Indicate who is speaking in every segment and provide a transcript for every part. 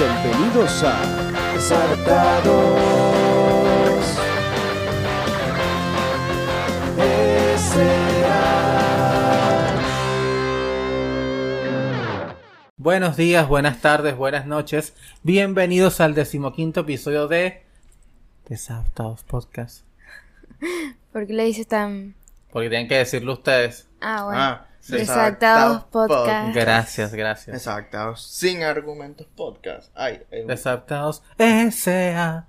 Speaker 1: Bienvenidos a Exaltados
Speaker 2: Buenos días, buenas tardes, buenas noches. Bienvenidos al decimoquinto episodio de Desaptados Podcast.
Speaker 3: ¿Por qué le dices tan...?
Speaker 2: Porque tienen que decirlo ustedes.
Speaker 3: Ah, bueno.
Speaker 4: Ah,
Speaker 3: Desactados
Speaker 4: Desactados
Speaker 3: Podcast.
Speaker 2: Gracias, gracias.
Speaker 4: Exactados, sin argumentos podcast. Ay, eh, hay un-
Speaker 2: Desaptados S.A.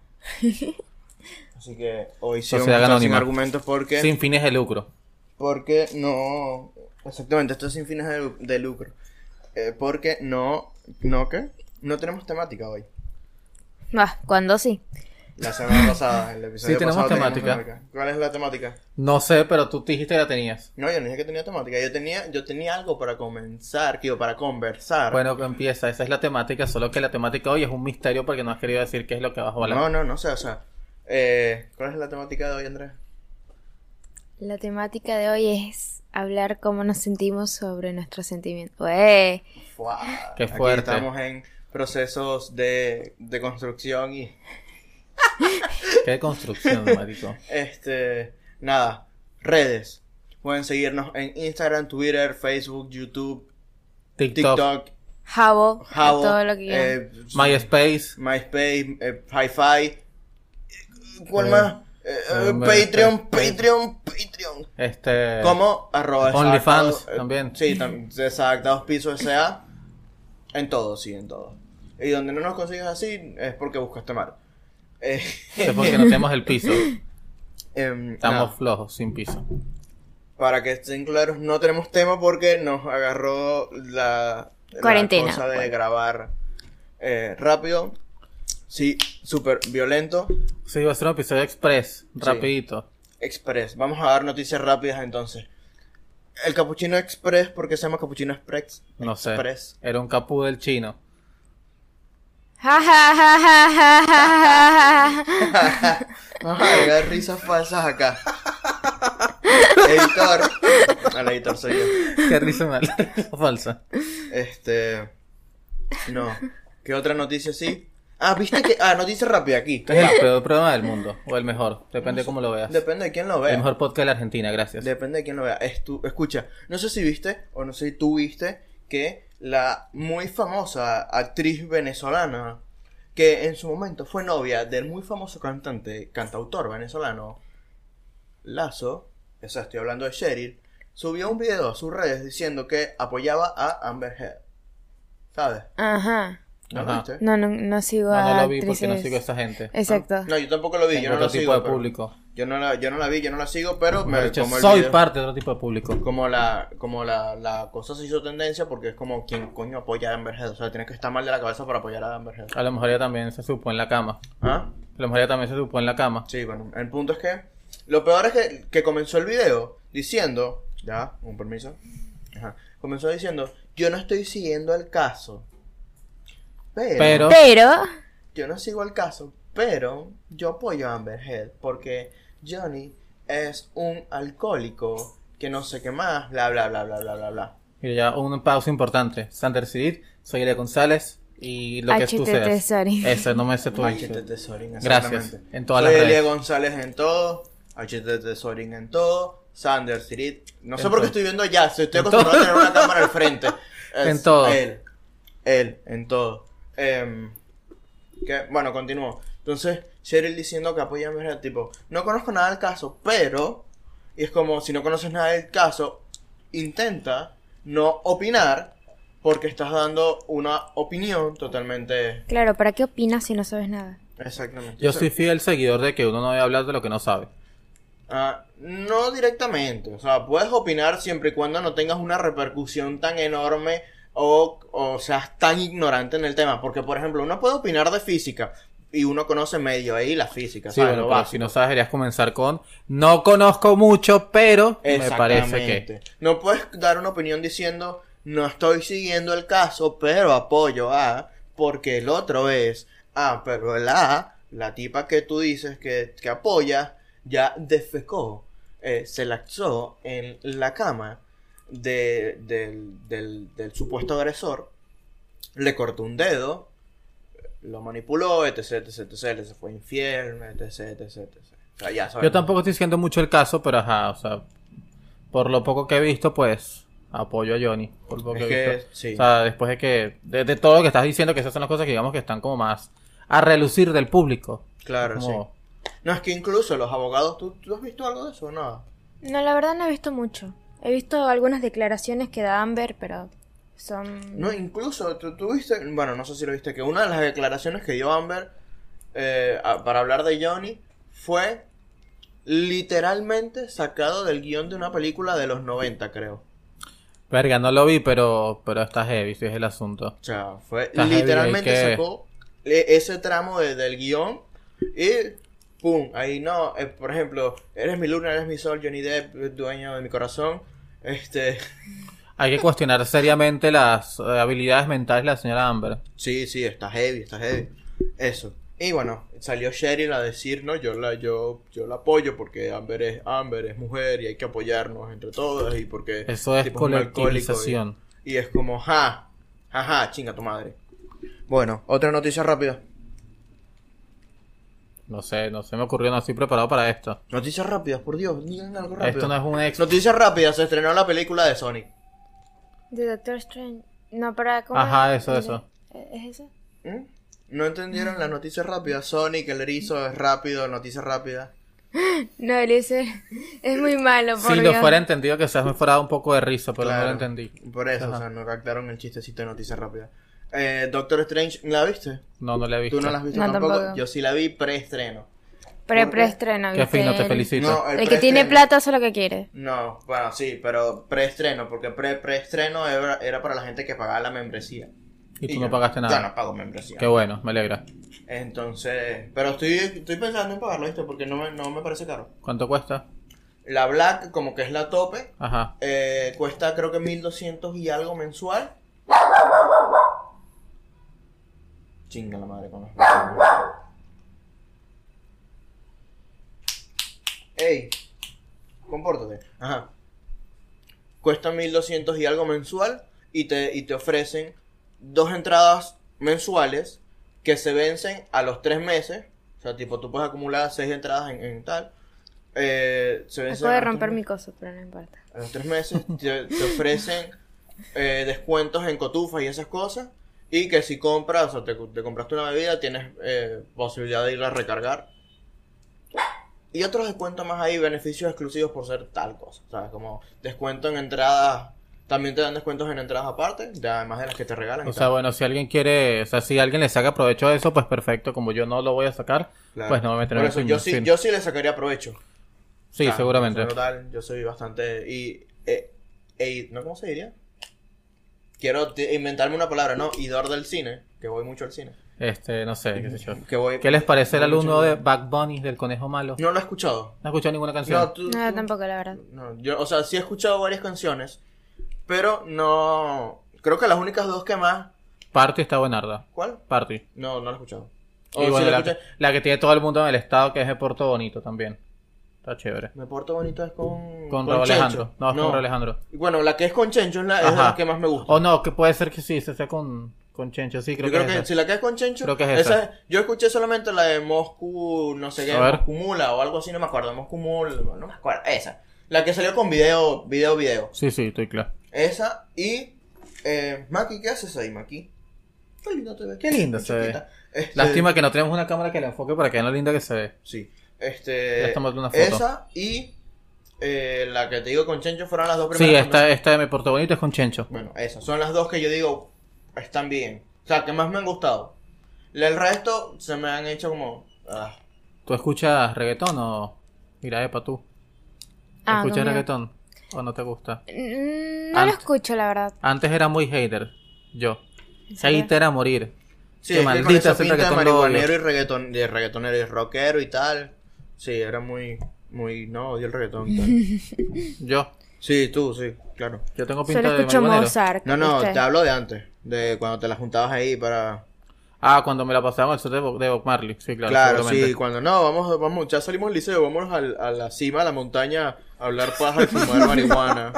Speaker 4: así que hoy sí vamos
Speaker 2: Sociedad
Speaker 4: a estar sin
Speaker 2: Anónima.
Speaker 4: argumentos porque
Speaker 2: Sin fines de lucro.
Speaker 4: porque no exactamente esto es sin fines de, lu- de lucro Eh, porque no no qué no tenemos temática hoy.
Speaker 3: Ah, cuando sí.
Speaker 4: La semana pasada el episodio
Speaker 2: Sí, tenemos
Speaker 4: pasado
Speaker 2: temática.
Speaker 4: ¿Cuál es la temática?
Speaker 2: No sé, pero tú dijiste que la tenías.
Speaker 4: No, yo no dije que tenía temática. Yo tenía yo tenía algo para comenzar, digo, para conversar.
Speaker 2: Bueno, que empieza. Esa es la temática, solo que la temática hoy es un misterio porque no has querido decir qué es lo que vas a hablar.
Speaker 4: no, no, no sé, o sea, eh, ¿cuál es la temática de hoy, Andrés?
Speaker 3: La temática de hoy es hablar cómo nos sentimos sobre nuestros sentimientos. ¡Eh!
Speaker 4: Fuá,
Speaker 2: Qué
Speaker 4: aquí
Speaker 2: fuerte.
Speaker 4: estamos en procesos de, de construcción y
Speaker 2: Qué construcción, marico.
Speaker 4: este nada, redes. Pueden seguirnos en Instagram, Twitter, Facebook, YouTube,
Speaker 2: TikTok,
Speaker 4: TikTok,
Speaker 3: Jabo.
Speaker 4: Jabo,
Speaker 3: Todo lo que quieran.
Speaker 4: eh,
Speaker 2: MySpace.
Speaker 4: MySpace, eh, Hi-Fi, ¿cuál
Speaker 2: Eh,
Speaker 4: más? Eh, eh,
Speaker 2: eh,
Speaker 4: Patreon,
Speaker 2: eh,
Speaker 4: Patreon, Patreon.
Speaker 2: Este.
Speaker 4: Como arroba
Speaker 2: OnlyFans
Speaker 4: desactados, eh,
Speaker 2: también.
Speaker 4: Sí, también. Desactados pisos S.A. En todo, sí, en todo. Y donde no nos consigues así es porque buscaste mal. Eh,
Speaker 2: Es porque no tenemos el piso.
Speaker 4: em,
Speaker 2: Estamos
Speaker 4: nada,
Speaker 2: flojos, sin piso.
Speaker 4: para que estén claros, no tenemos tema porque nos agarró la, la
Speaker 3: Cuarentena.
Speaker 4: cosa de grabar eh, rápido. Sí, súper violento.
Speaker 2: Sí, va a ser un episodio express, rapidito.
Speaker 4: Express. Vamos a dar noticias rápidas entonces. El capuchino express, ¿por qué se llama capuchino express?
Speaker 2: No sé.
Speaker 4: Express.
Speaker 2: Era un capú del chino.
Speaker 3: Ja, ja, ja, ja, ja, ja, ja, ja.
Speaker 4: Vamos a agregar risas falsas acá. editor. Al editor soy yo.
Speaker 2: Qué risa me da la risa falsa.
Speaker 4: Este. No. ¿Qué otra noticia sí? Ah, viste que. Ah, noticia rápida aquí.
Speaker 2: Este es el peor programa del mundo, o el mejor, depende de cómo lo veas.
Speaker 4: Depende de quién lo vea.
Speaker 2: El mejor podcast de la Argentina, gracias.
Speaker 4: Depende de quién lo vea. Estu- Escucha, no sé si viste o no sé si tú viste que la muy famosa actriz venezolana, que en su momento fue novia del muy famoso cantante, cantautor venezolano, Lazo, o sea, estoy hablando de Cheryl, subió un video a sus redes diciendo que apoyaba a Amber Heard. ¿Sabes?
Speaker 3: Ajá.
Speaker 4: ¿No lo
Speaker 2: Ajá.
Speaker 4: viste?
Speaker 3: No, no, no sigo
Speaker 2: No,
Speaker 3: a
Speaker 2: no lo vi porque no
Speaker 3: actrices.
Speaker 2: sigo a esa gente.
Speaker 3: Exacto.
Speaker 4: No, yo tampoco lo vi,
Speaker 2: Tengo
Speaker 4: yo no
Speaker 2: otro
Speaker 4: lo
Speaker 2: tipo
Speaker 4: sigo.
Speaker 2: de
Speaker 4: pero-
Speaker 2: público.
Speaker 4: Yo no, la, yo no la vi, yo no la sigo, pero me
Speaker 2: De hecho,
Speaker 4: como el
Speaker 2: soy
Speaker 4: video-
Speaker 2: parte de otro tipo de público.
Speaker 4: como la como la, la cosa se hizo tendencia porque es como quien coño apoya a Amber Heard, o sea, tienes que estar mal de la cabeza para apoyar a Amber Heard.
Speaker 2: A lo mejor ella también se supo en la cama.
Speaker 4: ¿Ah?
Speaker 2: A lo mejor ella también se supo en la cama.
Speaker 4: Sí, bueno, el punto es que lo peor es que, que comenzó el video diciendo, ya, un permiso. Ajá. Comenzó diciendo, "Yo no estoy siguiendo el caso." Pero,
Speaker 2: Pero-
Speaker 3: Pero...
Speaker 4: yo no sigo el caso, pero yo apoyo a Amber Heard porque Johnny es un alcohólico que no sé qué más, bla bla bla bla bla bla bla.
Speaker 2: Y ya un pausa importante. Sander Cid, soy Elia González y lo que tú
Speaker 3: HTT,
Speaker 2: seas.
Speaker 3: sorry.
Speaker 2: Eso, no me sé tu
Speaker 4: HT Tesorin,
Speaker 2: Gracias.
Speaker 4: exactamente.
Speaker 2: En todas
Speaker 4: Soy
Speaker 2: las
Speaker 4: Elia
Speaker 2: redes.
Speaker 4: González en todo. HT Tesorin en todo. Sander Sirit. No sé
Speaker 2: En
Speaker 4: por
Speaker 2: todo.
Speaker 4: qué estoy viendo allá. si Estoy
Speaker 2: En
Speaker 4: acostumbrado a
Speaker 2: todo.
Speaker 4: tener una cámara al frente. Es
Speaker 2: En todo.
Speaker 4: Él. Él, en todo. Em, que, bueno, continuó. Entonces, Cheryl diciendo que apoya a Mera, tipo, no conozco nada del caso, pero. Y es como, si no conoces nada del caso, intenta no opinar, porque estás dando una opinión totalmente.
Speaker 3: Claro, ¿para qué opinas si no sabes nada?
Speaker 4: Exactamente.
Speaker 2: Yo
Speaker 4: O sea,
Speaker 2: soy fiel seguidor de que uno no debe hablar de lo que no sabe.
Speaker 4: Ah, no directamente, o sea, puedes opinar siempre y cuando no tengas una repercusión tan enorme o, o seas tan ignorante en el tema, porque por ejemplo, uno puede opinar de física y uno conoce medio ahí la física,
Speaker 2: Sí,
Speaker 4: ¿sabes?
Speaker 2: bueno,
Speaker 4: Lo
Speaker 2: pero
Speaker 4: básico.
Speaker 2: si no sabes, deberías comenzar con no conozco mucho, pero me parece que.
Speaker 4: Exactamente. No puedes dar una opinión diciendo no estoy siguiendo el caso, pero apoyo a, porque el otro es, ah, pero la, la tipa que tú dices que, que apoya, ya defecó, eh, se laxó en la cama de- del, del- del supuesto agresor, le cortó un dedo, lo manipuló, etc, etc, etc, le fue infiel, etc, etc, etc. O sea, ya sabemos.
Speaker 2: Yo tampoco estoy diciendo mucho el caso, pero ajá, o sea, por lo poco que he visto, pues apoyo a Johnny. Por lo poco
Speaker 4: Es
Speaker 2: que he
Speaker 4: que,
Speaker 2: visto.
Speaker 4: sí.
Speaker 2: O sea, después de que, de, de todo lo que estás diciendo, que esas son las cosas que digamos que están como más a relucir del público.
Speaker 4: Claro,
Speaker 2: Como-
Speaker 4: sí. No, es que incluso los abogados, ¿tú, tú has visto algo de eso o nada?
Speaker 3: No, la verdad no he visto mucho. He visto algunas declaraciones que da Amber, pero son...
Speaker 4: No, incluso tú, tú viste, bueno, no sé si lo viste, que una de las declaraciones que dio Amber eh, a- para hablar de Johnny fue literalmente sacado del guión de una película de los 90, creo.
Speaker 2: Verga, no lo vi, pero, pero está heavy, si es el asunto.
Speaker 4: O sea, fue
Speaker 2: Está heavy, hay
Speaker 4: literalmente
Speaker 2: que-
Speaker 4: sacó e- ese tramo de- del guión y pum, ahí no, eh, por ejemplo, eres mi luna, eres mi sol, Johnny Depp, dueño de mi corazón. Este,
Speaker 2: Hay que cuestionar seriamente las eh, habilidades mentales de la señora Amber.
Speaker 4: Sí, sí, está heavy, está heavy. Eso. Y bueno, salió Cheryl a decir, no, yo la, yo, yo la apoyo porque Amber es Amber, es mujer y hay que apoyarnos entre todas y porque
Speaker 2: Eso
Speaker 4: el
Speaker 2: es
Speaker 4: tipo un alcohólico
Speaker 2: colectivización.
Speaker 4: Y, y es como, ja, ja, ja, chinga tu madre. Bueno, otra noticia rápida.
Speaker 2: No sé, no se me ocurrió, no estoy preparado para esto.
Speaker 4: Noticias rápidas, por Dios, digan algo rápido.
Speaker 2: Esto no es un ex.
Speaker 4: Noticias rápidas, se estrenó la película de Sonic.
Speaker 3: De Doctor Strange. No, para... ¿cómo
Speaker 2: Ajá,
Speaker 3: es?
Speaker 2: eso, eso.
Speaker 3: ¿Es eso?
Speaker 4: ¿Mm? ¿No entendieron las noticias rápidas? Sonic, el erizo, es rápido, noticias rápidas.
Speaker 3: No, Elise, es muy malo, por
Speaker 2: Si lo
Speaker 3: Dios.
Speaker 2: fuera entendido, quizás me fuera dado un poco de risa, pero no
Speaker 4: Claro,
Speaker 2: lo entendí.
Speaker 4: Por eso,
Speaker 2: Ajá.
Speaker 4: o sea, no captaron el chistecito de noticias rápidas. Eh, Doctor Strange, ¿la viste?
Speaker 2: No, no lo he visto.
Speaker 4: Tú no la has visto
Speaker 3: No,
Speaker 4: tampoco.
Speaker 3: tampoco.
Speaker 4: Yo sí la vi preestreno.
Speaker 3: Pre
Speaker 4: Porque-
Speaker 3: preestreno.
Speaker 2: Qué
Speaker 3: ¿viste?
Speaker 2: fino, te
Speaker 3: El-
Speaker 2: felicito.
Speaker 4: No,
Speaker 3: El,
Speaker 4: el
Speaker 3: que tiene
Speaker 4: preestreno.
Speaker 3: plata hace lo que quiere.
Speaker 4: No, bueno, sí, pero preestreno, porque pre preestreno era, era para la gente que pagaba la membresía.
Speaker 2: y tú
Speaker 4: yo-
Speaker 2: no pagaste nada.
Speaker 4: Yo no pago membresía.
Speaker 2: Qué bueno, me alegra.
Speaker 4: Entonces, pero estoy, estoy pensando en pagarlo, ¿viste? Porque no me, no me parece caro.
Speaker 2: ¿Cuánto cuesta?
Speaker 4: La Black, como que es la tope,
Speaker 2: Ajá.
Speaker 4: eh, cuesta creo que 1200 y algo mensual. Chinga la madre con los vecinos. Ey, compórtate. Ajá. Cuesta 1200 y algo mensual y te, y te ofrecen dos entradas mensuales que se vencen a los tres meses. O sea, tipo, tú puedes acumular seis entradas en, en tal. Eh, se vencen
Speaker 3: Acabo
Speaker 4: a
Speaker 3: de
Speaker 4: los tres
Speaker 3: romper
Speaker 4: meses.
Speaker 3: mi coso, pero no importa.
Speaker 4: A los tres meses te, te ofrecen eh, descuentos en cotufas y esas cosas. Y que si compras, o te, te compraste una bebida, tienes eh, posibilidad de irla a recargar. Y otros descuentos más ahí, beneficios exclusivos por ser tal cosa. ¿Sabes? Como descuento en entradas. También te dan descuentos en entradas aparte, de- además de las que te regalan. y
Speaker 2: O sea,
Speaker 4: tal.
Speaker 2: bueno, si alguien quiere, o sea, si alguien le saca provecho de eso, pues perfecto. Como yo no lo voy a sacar,
Speaker 4: Claro.
Speaker 2: pues no me meteré
Speaker 4: Por
Speaker 2: en
Speaker 4: eso,
Speaker 2: el
Speaker 4: yo,
Speaker 2: swing,
Speaker 4: sí,
Speaker 2: sí.
Speaker 4: yo Ah, sí le sacaría provecho.
Speaker 2: sí,
Speaker 4: Claro,
Speaker 2: seguramente.
Speaker 4: en total, yo soy bastante. Y, eh, eh, ¿no? ¿Cómo se diría? Quiero te- inventarme una palabra, ¿no? Idor del cine, que voy mucho al cine.
Speaker 2: Este, no sé, qué sé yo.
Speaker 4: Que voy,
Speaker 2: ¿Qué les parece el
Speaker 4: voy mucho
Speaker 2: alumno
Speaker 4: al-
Speaker 2: de Back Bunny del Conejo Malo? No
Speaker 4: No lo he escuchado.
Speaker 2: he escuchado ninguna canción.
Speaker 4: No, tú,
Speaker 3: No, yo
Speaker 4: tú-
Speaker 3: tampoco, la verdad.
Speaker 4: no, yo, o sea, sí he escuchado varias canciones, pero no. Creo que las únicas dos que más.
Speaker 2: Party está buenarda.
Speaker 4: ¿Cuál?
Speaker 2: Party.
Speaker 4: No, no lo he escuchado. O
Speaker 2: Y
Speaker 4: Oh, sí
Speaker 2: bueno,
Speaker 4: la
Speaker 2: la,
Speaker 4: escuché.
Speaker 2: la que tiene todo el mundo en el estado, que es de Puerto Bonito también. Está chévere.
Speaker 4: Me porto bonito es con.
Speaker 2: Con, Raúl Alejandro.
Speaker 4: Chencho.
Speaker 2: No, es con Raúl Alejandro.
Speaker 4: Bueno, la que es con Chencho es, la, es de
Speaker 2: Ajá.
Speaker 4: las que más me gusta.
Speaker 2: O no, que puede ser que sí, se sea con, con Chencho. Sí, creo
Speaker 4: yo creo
Speaker 2: que,
Speaker 4: que,
Speaker 2: es esa.
Speaker 4: si la que es con Chencho,
Speaker 2: Creo que es esa.
Speaker 4: es- yo escuché solamente la de Moscú, no sé qué,
Speaker 2: A ver.
Speaker 4: Moscú Mula o algo así, no me acuerdo, Moscú Mula, no me acuerdo, esa. La que salió con video, video, video.
Speaker 2: Sí, sí, estoy claro.
Speaker 4: Esa y eh, Maki, ¿qué haces ahí, Maki? Qué lindo te ves.
Speaker 2: Qué lindo se ve.
Speaker 4: chiquita. Este,
Speaker 2: Lástima que no tenemos una cámara que la enfoque para que vean lo linda que se ve.
Speaker 4: Sí. Este,
Speaker 2: Ya estamos dando una foto.
Speaker 4: Esa y eh, la que te digo con Chencho fueron las dos primeras.
Speaker 2: Sí,
Speaker 4: que me-
Speaker 2: esta, esta de Me Porto Bonito es con Chencho.
Speaker 4: Bueno, esas son las dos que yo digo están bien. O sea, que más me han gustado. El resto se me han hecho como. ah.
Speaker 2: ¿Tú escuchas reggaetón o.? Mira, Epa, tú.
Speaker 3: Ah,
Speaker 2: ¿Escuchas
Speaker 3: Dios mío.
Speaker 2: reggaetón Ah, o no te gusta?
Speaker 3: Mm, No lo
Speaker 2: Antes.
Speaker 3: escucho, la verdad.
Speaker 2: Antes era muy hater. Yo.
Speaker 3: ¿En serio?
Speaker 2: Hater a morir. Qué
Speaker 4: Sí, es que con
Speaker 2: maldita
Speaker 4: esa
Speaker 2: sea el
Speaker 4: pinta de
Speaker 2: reggaetón, lo odio.
Speaker 4: marihuanero y reggaeton, de reggaetonero y rockero y tal. Sí, era muy, muy, no, odio el reggaetón y tal.
Speaker 2: Yo.
Speaker 4: Sí, tú, sí, claro.
Speaker 2: Yo tengo pinta
Speaker 3: Solo
Speaker 2: de
Speaker 3: escucho
Speaker 2: marihuanero.
Speaker 3: Mozart.
Speaker 4: No, no,
Speaker 3: ¿viste?
Speaker 4: te hablo de antes, de cuando te la juntabas ahí para...
Speaker 2: Ah, cuando me la pasaba con el set de Bob, de Bob Marley. Sí, claro.
Speaker 4: Claro,
Speaker 2: seguramente.
Speaker 4: sí, cuando no, vamos, vamos, ya salimos del liceo, vámonos al- a, la cima, a la montaña, a hablar paja y fumar marihuana.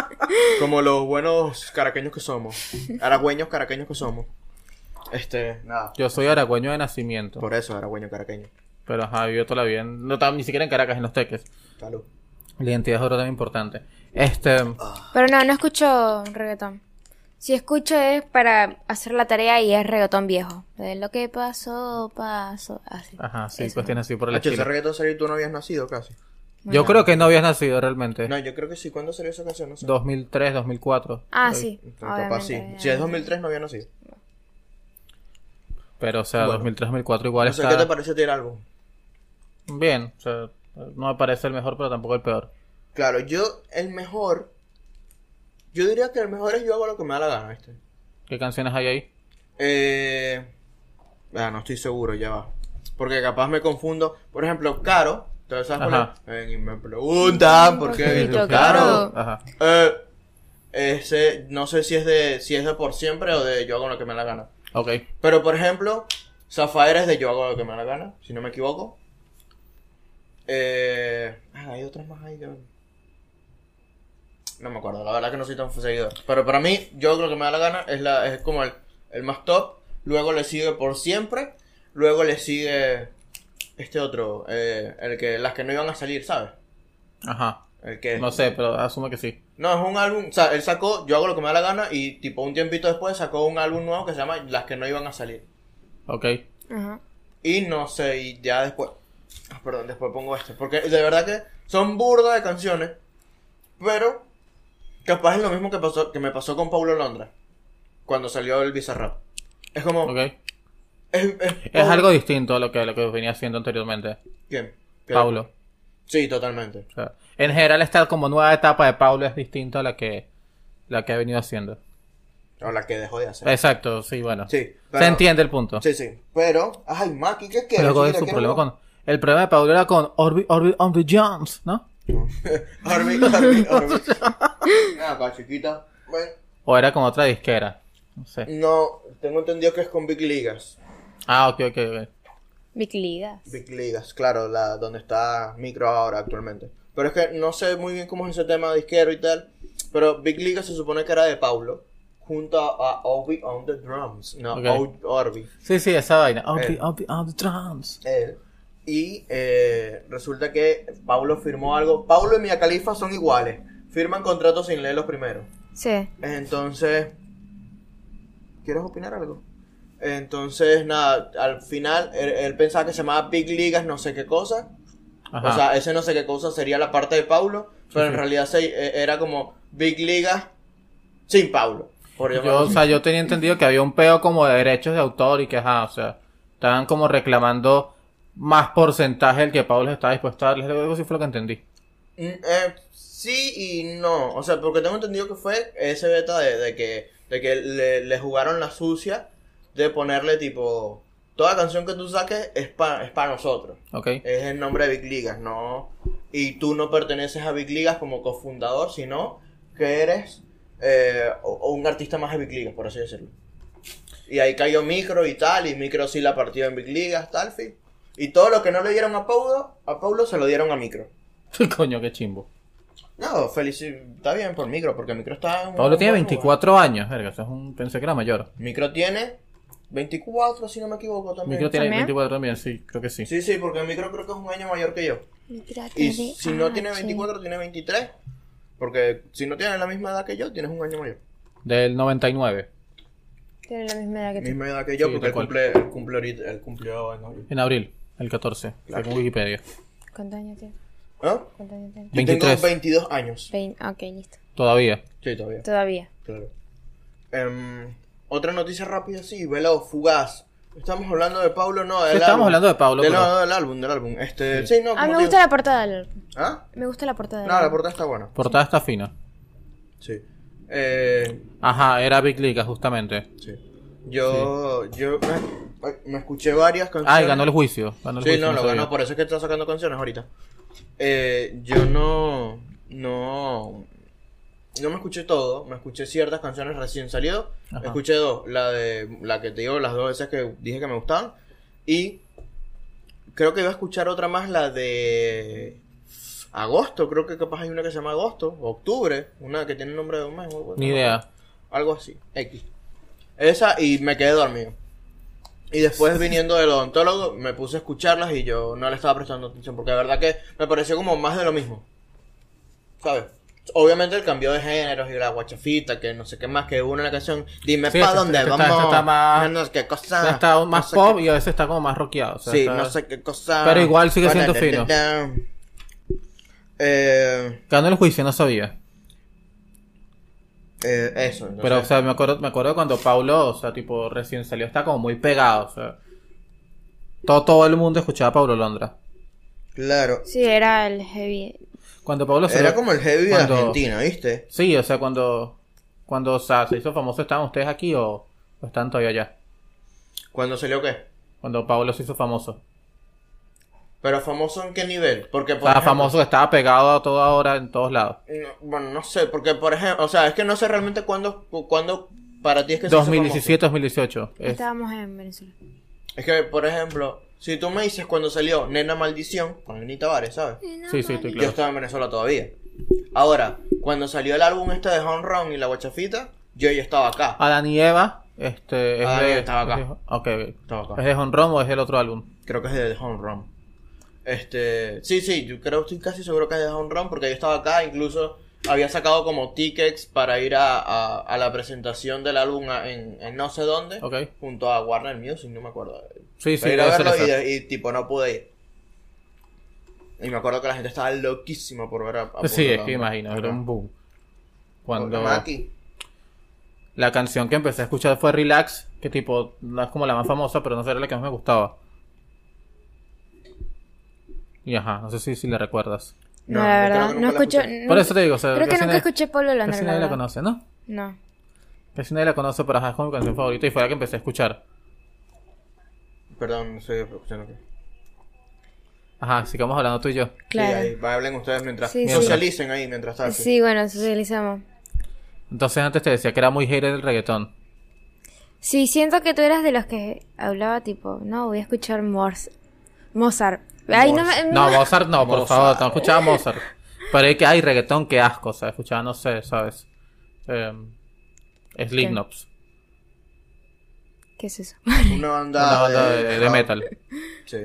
Speaker 4: Como los buenos caraqueños que somos, aragüeños caraqueños que somos. Este, nada.
Speaker 2: Yo soy aragüeño de nacimiento.
Speaker 4: Por eso, aragüeño caraqueño.
Speaker 2: Pero ajá, vivió toda la vida. en- No estaba ni siquiera en Caracas, en los teques.
Speaker 4: Salud.
Speaker 2: La identidad es otro tema importante. Este.
Speaker 4: Ah,
Speaker 3: Pero no, no escucho reggaetón. Si escucho es para hacer la tarea y es reggaetón viejo. De lo que pasó, pasó. Así.
Speaker 2: Ajá, sí,
Speaker 3: Eso.
Speaker 2: cuestiones así por el
Speaker 4: Nacho,
Speaker 2: estilo.
Speaker 4: ese reggaetón salió y tú no habías nacido casi.
Speaker 2: Yo creo que no habías nacido realmente.
Speaker 4: No, yo creo que sí. ¿Cuándo salió esa canción? No sé.
Speaker 2: 2003, 2004.
Speaker 3: Ah, sí.
Speaker 4: Capaz sí.
Speaker 3: obviamente,
Speaker 4: Si es 2003 no había nacido.
Speaker 2: Pero, o sea,
Speaker 4: Bueno.
Speaker 2: 2003, 2004 igual
Speaker 4: No sé,
Speaker 2: está
Speaker 4: ¿qué te pareció a ti el álbum?
Speaker 2: bien. O sea, no me parece el mejor, pero tampoco el peor.
Speaker 4: Claro, yo, el mejor. Yo diría que el mejor es yo hago lo que me da la gana, ¿viste?
Speaker 2: ¿Qué canciones hay ahí?
Speaker 4: Eh. ah, no estoy seguro, ya va. Porque capaz me confundo. Por ejemplo, Caro. Entonces, ¿sabes
Speaker 2: Ajá.
Speaker 4: cuál es? Ven y me preguntan por qué
Speaker 3: Poquito,
Speaker 4: grito
Speaker 3: Caro.
Speaker 4: Caro.
Speaker 2: Ajá.
Speaker 4: Eh, ese, no sé si es de si es de por siempre o de yo hago lo que me da la gana.
Speaker 2: Ok.
Speaker 4: Pero por ejemplo, Zafair es de yo hago lo que me da la gana, si no me equivoco. Eh, ah, hay otras más ahí que... No me acuerdo, la verdad que no soy tan seguidor. Pero para mí, yo hago lo que me da la gana es, la, es como el, el más top. Luego le sigue por siempre. Luego le sigue este otro, eh, el que las que no iban a salir, ¿sabes?
Speaker 2: Ajá.
Speaker 4: El que
Speaker 2: No sé, pero asumo que sí.
Speaker 4: no, es un álbum, o sea, él sacó Yo hago lo que me da la gana y tipo un tiempito después sacó un álbum nuevo que se llama Las que no iban a salir.
Speaker 2: Ok.
Speaker 3: Ajá.
Speaker 4: Y no sé, y ya después, ah, perdón, después pongo este, porque de verdad que son burdas de canciones, pero capaz es lo mismo que pasó que me pasó con Paulo Londra cuando salió el Bizarrap. Es como
Speaker 2: Ok.
Speaker 4: es, es-
Speaker 2: Es algo distinto a lo que, a lo que venía haciendo anteriormente.
Speaker 4: ¿Quién? ¿Qué?
Speaker 2: Paulo.
Speaker 4: Sí, totalmente.
Speaker 2: O sea, en general, esta como nueva etapa de Paulo es distinta a la que, la que ha venido haciendo.
Speaker 4: O la que dejó de hacer.
Speaker 2: Exacto, sí, bueno.
Speaker 4: Sí, pero-
Speaker 2: Se entiende el punto.
Speaker 4: Sí, sí, pero ay, Maki, ¿qué quieres?
Speaker 2: Pero con
Speaker 4: ¿Quieres
Speaker 2: su
Speaker 4: que
Speaker 2: problema
Speaker 4: no?
Speaker 2: con. El problema de Paulo era con Orbi, Orbi, Orbi Jones, ¿no?
Speaker 4: Orbi, Orbi, Orbi. Nada, Ah, chiquita. Bueno,
Speaker 2: O era con otra disquera. No sé.
Speaker 4: no, tengo entendido que es con Big Ligas.
Speaker 2: Ah, ok, ok, ok.
Speaker 3: Big Ligas.
Speaker 4: Big Ligas, claro, la, donde está Micro ahora actualmente. Pero es que no sé muy bien cómo es ese tema disquero y tal. Pero Big Ligas se supone que era de Paulo. Junto a, a Orbi on the drums. No,
Speaker 2: Ok.
Speaker 4: O- Orbi.
Speaker 2: Sí, sí, esa vaina. Orbi,
Speaker 4: Eh.
Speaker 2: Orbi, Orbi Jones.
Speaker 4: Él. Y eh, resulta que Paulo firmó algo. Paulo y Mia Khalifa son iguales. Firman contratos sin leerlos primero.
Speaker 3: Sí.
Speaker 4: Entonces, ¿quieres opinar algo? Entonces, nada, al final él, él pensaba que se llamaba Big Ligas, no sé qué cosa.
Speaker 2: Ajá.
Speaker 4: O sea, ese no sé qué cosa sería la parte de Paulo, pero en realidad se- eh, era como Big Ligas sin Paulo. Por
Speaker 2: yo,
Speaker 4: llamarlo
Speaker 2: o
Speaker 4: así.
Speaker 2: sea, yo tenía entendido que había un peo como de derechos de autor y que, ajá, o sea, estaban como reclamando más porcentaje del que Paulo estaba dispuesto a darles. Algo así fue lo que entendí.
Speaker 4: Mm, eh, sí y no. O sea, porque tengo entendido que fue ese beta de, de que, de que le, le jugaron la sucia de ponerle tipo, toda canción que tú saques es para es pa nosotros.
Speaker 2: Ok.
Speaker 4: Es el nombre de Big Ligas, ¿no? Y tú no perteneces a Big Ligas como cofundador, sino que eres eh, o- o un artista más de Big Ligas, por así decirlo. Y ahí cayó Micro y tal, y Micro sí la partió en Big Ligas, tal, fin. Y todo lo que no le dieron a Paulo, a Paulo se lo dieron a Micro.
Speaker 2: Coño, qué chimbo.
Speaker 4: No, feliz, está bien por Micro, porque Micro está... en un
Speaker 2: Paulo tiene
Speaker 4: buen lugar.
Speaker 2: 24 años, verga, eso es un... pensé que era mayor.
Speaker 4: Micro tiene 24, si no me equivoco, también.
Speaker 2: Micro tiene
Speaker 3: ¿También?
Speaker 2: 24 también, sí, creo que sí.
Speaker 4: Sí, sí, porque Micro creo que es un año mayor que yo. Y
Speaker 3: Nitrate
Speaker 4: si no
Speaker 3: de
Speaker 4: tiene
Speaker 3: H.
Speaker 4: 24, tiene 23. Porque si no tienes la misma edad que yo, tienes un año mayor.
Speaker 2: Del 99,
Speaker 3: Tiene la misma edad que tú.
Speaker 4: Misma edad que yo,
Speaker 2: Sí,
Speaker 4: porque
Speaker 2: tal
Speaker 4: él
Speaker 2: cual.
Speaker 4: cumple, él cumple ahorita- él cumplió en abril.
Speaker 2: en abril, el 14, según Wikipedia.
Speaker 3: ¿Cuántos años tiene?
Speaker 4: ¿Ah?
Speaker 3: ¿Cuántos años tiene?
Speaker 4: Yo
Speaker 2: 23.
Speaker 4: tengo 22 años.
Speaker 3: Vein- ah, Ok, listo.
Speaker 2: Todavía.
Speaker 4: Sí, todavía.
Speaker 3: Todavía.
Speaker 4: Claro. Em, otra noticia rápida, sí, velado, fugaz. Estamos hablando de Pablo, no, del
Speaker 2: estamos
Speaker 4: álbum.
Speaker 2: hablando de Pablo,
Speaker 4: Del,
Speaker 2: pero-
Speaker 4: no, del álbum, del álbum. Este, sí, no,
Speaker 3: Ah,
Speaker 4: como
Speaker 3: me
Speaker 4: te
Speaker 3: gusta
Speaker 4: digo-
Speaker 3: la portada del álbum.
Speaker 4: ¿Ah?
Speaker 3: Me gusta la portada del
Speaker 4: No, la
Speaker 3: álbum.
Speaker 4: portada está buena.
Speaker 2: Portada está fina.
Speaker 4: Sí. Eh,
Speaker 2: Ajá, era Big Liga, justamente.
Speaker 4: sí. Yo, yo me, me escuché varias canciones.
Speaker 2: Ay, Ah, ganó el juicio. Ganó el
Speaker 4: Sí,
Speaker 2: juicio,
Speaker 4: no, lo
Speaker 2: sabía.
Speaker 4: ganó, por eso es que está sacando canciones ahorita. Eh, yo no, no, no me escuché todo, me escuché ciertas canciones recién salido,
Speaker 2: Ajá.
Speaker 4: escuché dos, la de, la que te digo, las dos esas que dije que me gustaban, y creo que iba a escuchar otra más, la de agosto, creo que capaz hay una que se llama agosto, o octubre, una que tiene nombre de un mes, o-
Speaker 2: Ni idea.
Speaker 4: algo así, X. Esa y me quedé dormido. Y después viniendo del odontólogo, me puse a escucharlas y yo no le estaba prestando atención, porque de verdad que me pareció como más de lo mismo. ¿Sabes? Obviamente el cambio de géneros y la guachafita, que no sé qué más, que hubo una canción, dime
Speaker 2: Sí,
Speaker 4: pa'
Speaker 2: este-
Speaker 4: dónde
Speaker 2: este está-
Speaker 4: vamos,
Speaker 2: este está más-
Speaker 4: no sé qué
Speaker 2: O
Speaker 4: cosa.
Speaker 2: sea, está
Speaker 4: no
Speaker 2: más
Speaker 4: sé
Speaker 2: pop
Speaker 4: qué-
Speaker 2: y a veces está como más rockeado. o sea,
Speaker 4: Sí,
Speaker 2: está-
Speaker 4: no sé qué cosa.
Speaker 2: Pero igual sigue siendo
Speaker 4: Da, da,
Speaker 2: fino.
Speaker 4: da, da. Eh,
Speaker 2: Ganó el juicio, no sabía.
Speaker 4: eh, eso. entonces-
Speaker 2: Pero, o sea, me acuerdo, me acuerdo cuando Paulo, o sea, tipo, recién salió, está como muy pegado, o sea. Todo, todo el mundo escuchaba a Paulo Londra.
Speaker 4: Claro.
Speaker 3: Sí, era el heavy.
Speaker 2: Cuando Paulo salió-
Speaker 4: Era como el heavy de
Speaker 2: cuando-
Speaker 4: Argentina, ¿viste?
Speaker 2: Sí, o sea, cuando, cuando o sea, se hizo famoso, ¿estaban ustedes aquí o, o están todavía allá?
Speaker 4: ¿Cuándo salió qué?
Speaker 2: Cuando Paulo se hizo famoso.
Speaker 4: Pero famoso en qué nivel? Porque
Speaker 2: O
Speaker 4: por
Speaker 2: sea,
Speaker 4: ejemplo-
Speaker 2: Ah, famoso, estaba pegado a toda hora en todos lados.
Speaker 4: No, bueno, no sé, porque por ejemplo, o sea, es que no sé realmente cuándo, cu- cuándo para ti es que se hizo
Speaker 2: 2017, 2018. Es-
Speaker 3: Estábamos en Venezuela.
Speaker 4: famoso. Es que, por ejemplo, si tú me dices cuando salió Nena Maldición con Anita Vares, ¿sabes?
Speaker 2: Sí, sí, estoy
Speaker 4: Yo
Speaker 2: claro.
Speaker 4: estaba en Venezuela todavía. Ahora, cuando salió el álbum este de Home Run y la guachafita, yo ya estaba acá.
Speaker 2: Adán y Eva, este, es
Speaker 4: Adán y
Speaker 2: de...
Speaker 4: Eva estaba acá.
Speaker 2: es de- ok.
Speaker 4: Estaba acá.
Speaker 2: ¿Es de Honrom o es el otro álbum?
Speaker 4: Creo que es de Home Run. Este, sí, sí, yo creo, estoy casi seguro que es de Home Run porque yo estaba acá, incluso había sacado como tickets para ir a, a- a la presentación del álbum a- en, en no sé dónde,
Speaker 2: Ok.
Speaker 4: junto a Warner Music, no me acuerdo.
Speaker 2: Sí, sí,
Speaker 4: Para ir a
Speaker 2: debe ser
Speaker 4: verlo y,
Speaker 2: esa.
Speaker 4: de- y, tipo no pude ir. Y me acuerdo que la gente estaba loquísima por ver a, a
Speaker 2: Sí,
Speaker 4: Pablo
Speaker 2: es que
Speaker 4: Londra.
Speaker 2: imagino, era
Speaker 4: Ajá.
Speaker 2: un boom.
Speaker 4: Porque
Speaker 2: Cuando
Speaker 4: Maki,
Speaker 2: la canción que empecé a escuchar fue Relax, que tipo, no es como la más famosa, pero no sé, era la que más me gustaba. Y ajá, no sé si, si la recuerdas.
Speaker 3: No,
Speaker 4: No,
Speaker 3: la
Speaker 4: yo creo
Speaker 3: verdad.
Speaker 4: que nunca
Speaker 3: No
Speaker 4: la
Speaker 3: escucho.
Speaker 4: escuché.
Speaker 2: Por eso te digo, o sea,
Speaker 3: Creo que
Speaker 2: casi
Speaker 3: nunca
Speaker 2: nadie-
Speaker 3: escuché Pablo Londra.
Speaker 2: Casi
Speaker 3: la
Speaker 2: nadie la
Speaker 3: verdad.
Speaker 2: conoce, ¿no?
Speaker 3: No.
Speaker 2: Casi nadie la conoce, pero ajá, es como mi canción favorita y fue la que empecé a escuchar.
Speaker 4: Perdón, no sé, escuchando aquí.
Speaker 2: Ajá, sigamos hablando tú y yo.
Speaker 4: Sí, ahí,
Speaker 3: Claro.
Speaker 4: va, hablen ustedes mientras.
Speaker 3: Sí, sí.
Speaker 4: Socialicen ahí mientras tal. sí.
Speaker 3: Sí, bueno, socializamos.
Speaker 2: Entonces antes te decía que era muy hater del reggaetón.
Speaker 3: Sí, siento que tú eras de los que hablaba tipo, no, voy a escuchar Morse. Mozart. Ay, no, me-
Speaker 2: No, Mozart no, por
Speaker 4: Mozart.
Speaker 2: favor, no escuchaba Mozart. Pero hay que hay reggaetón, qué asco, o sea, escuchaba, no sé, ¿sabes? Eh, Slipknots.
Speaker 3: ¿Qué es eso?
Speaker 4: Una banda,
Speaker 2: Una banda
Speaker 4: de,
Speaker 2: de, de metal.
Speaker 4: Sí.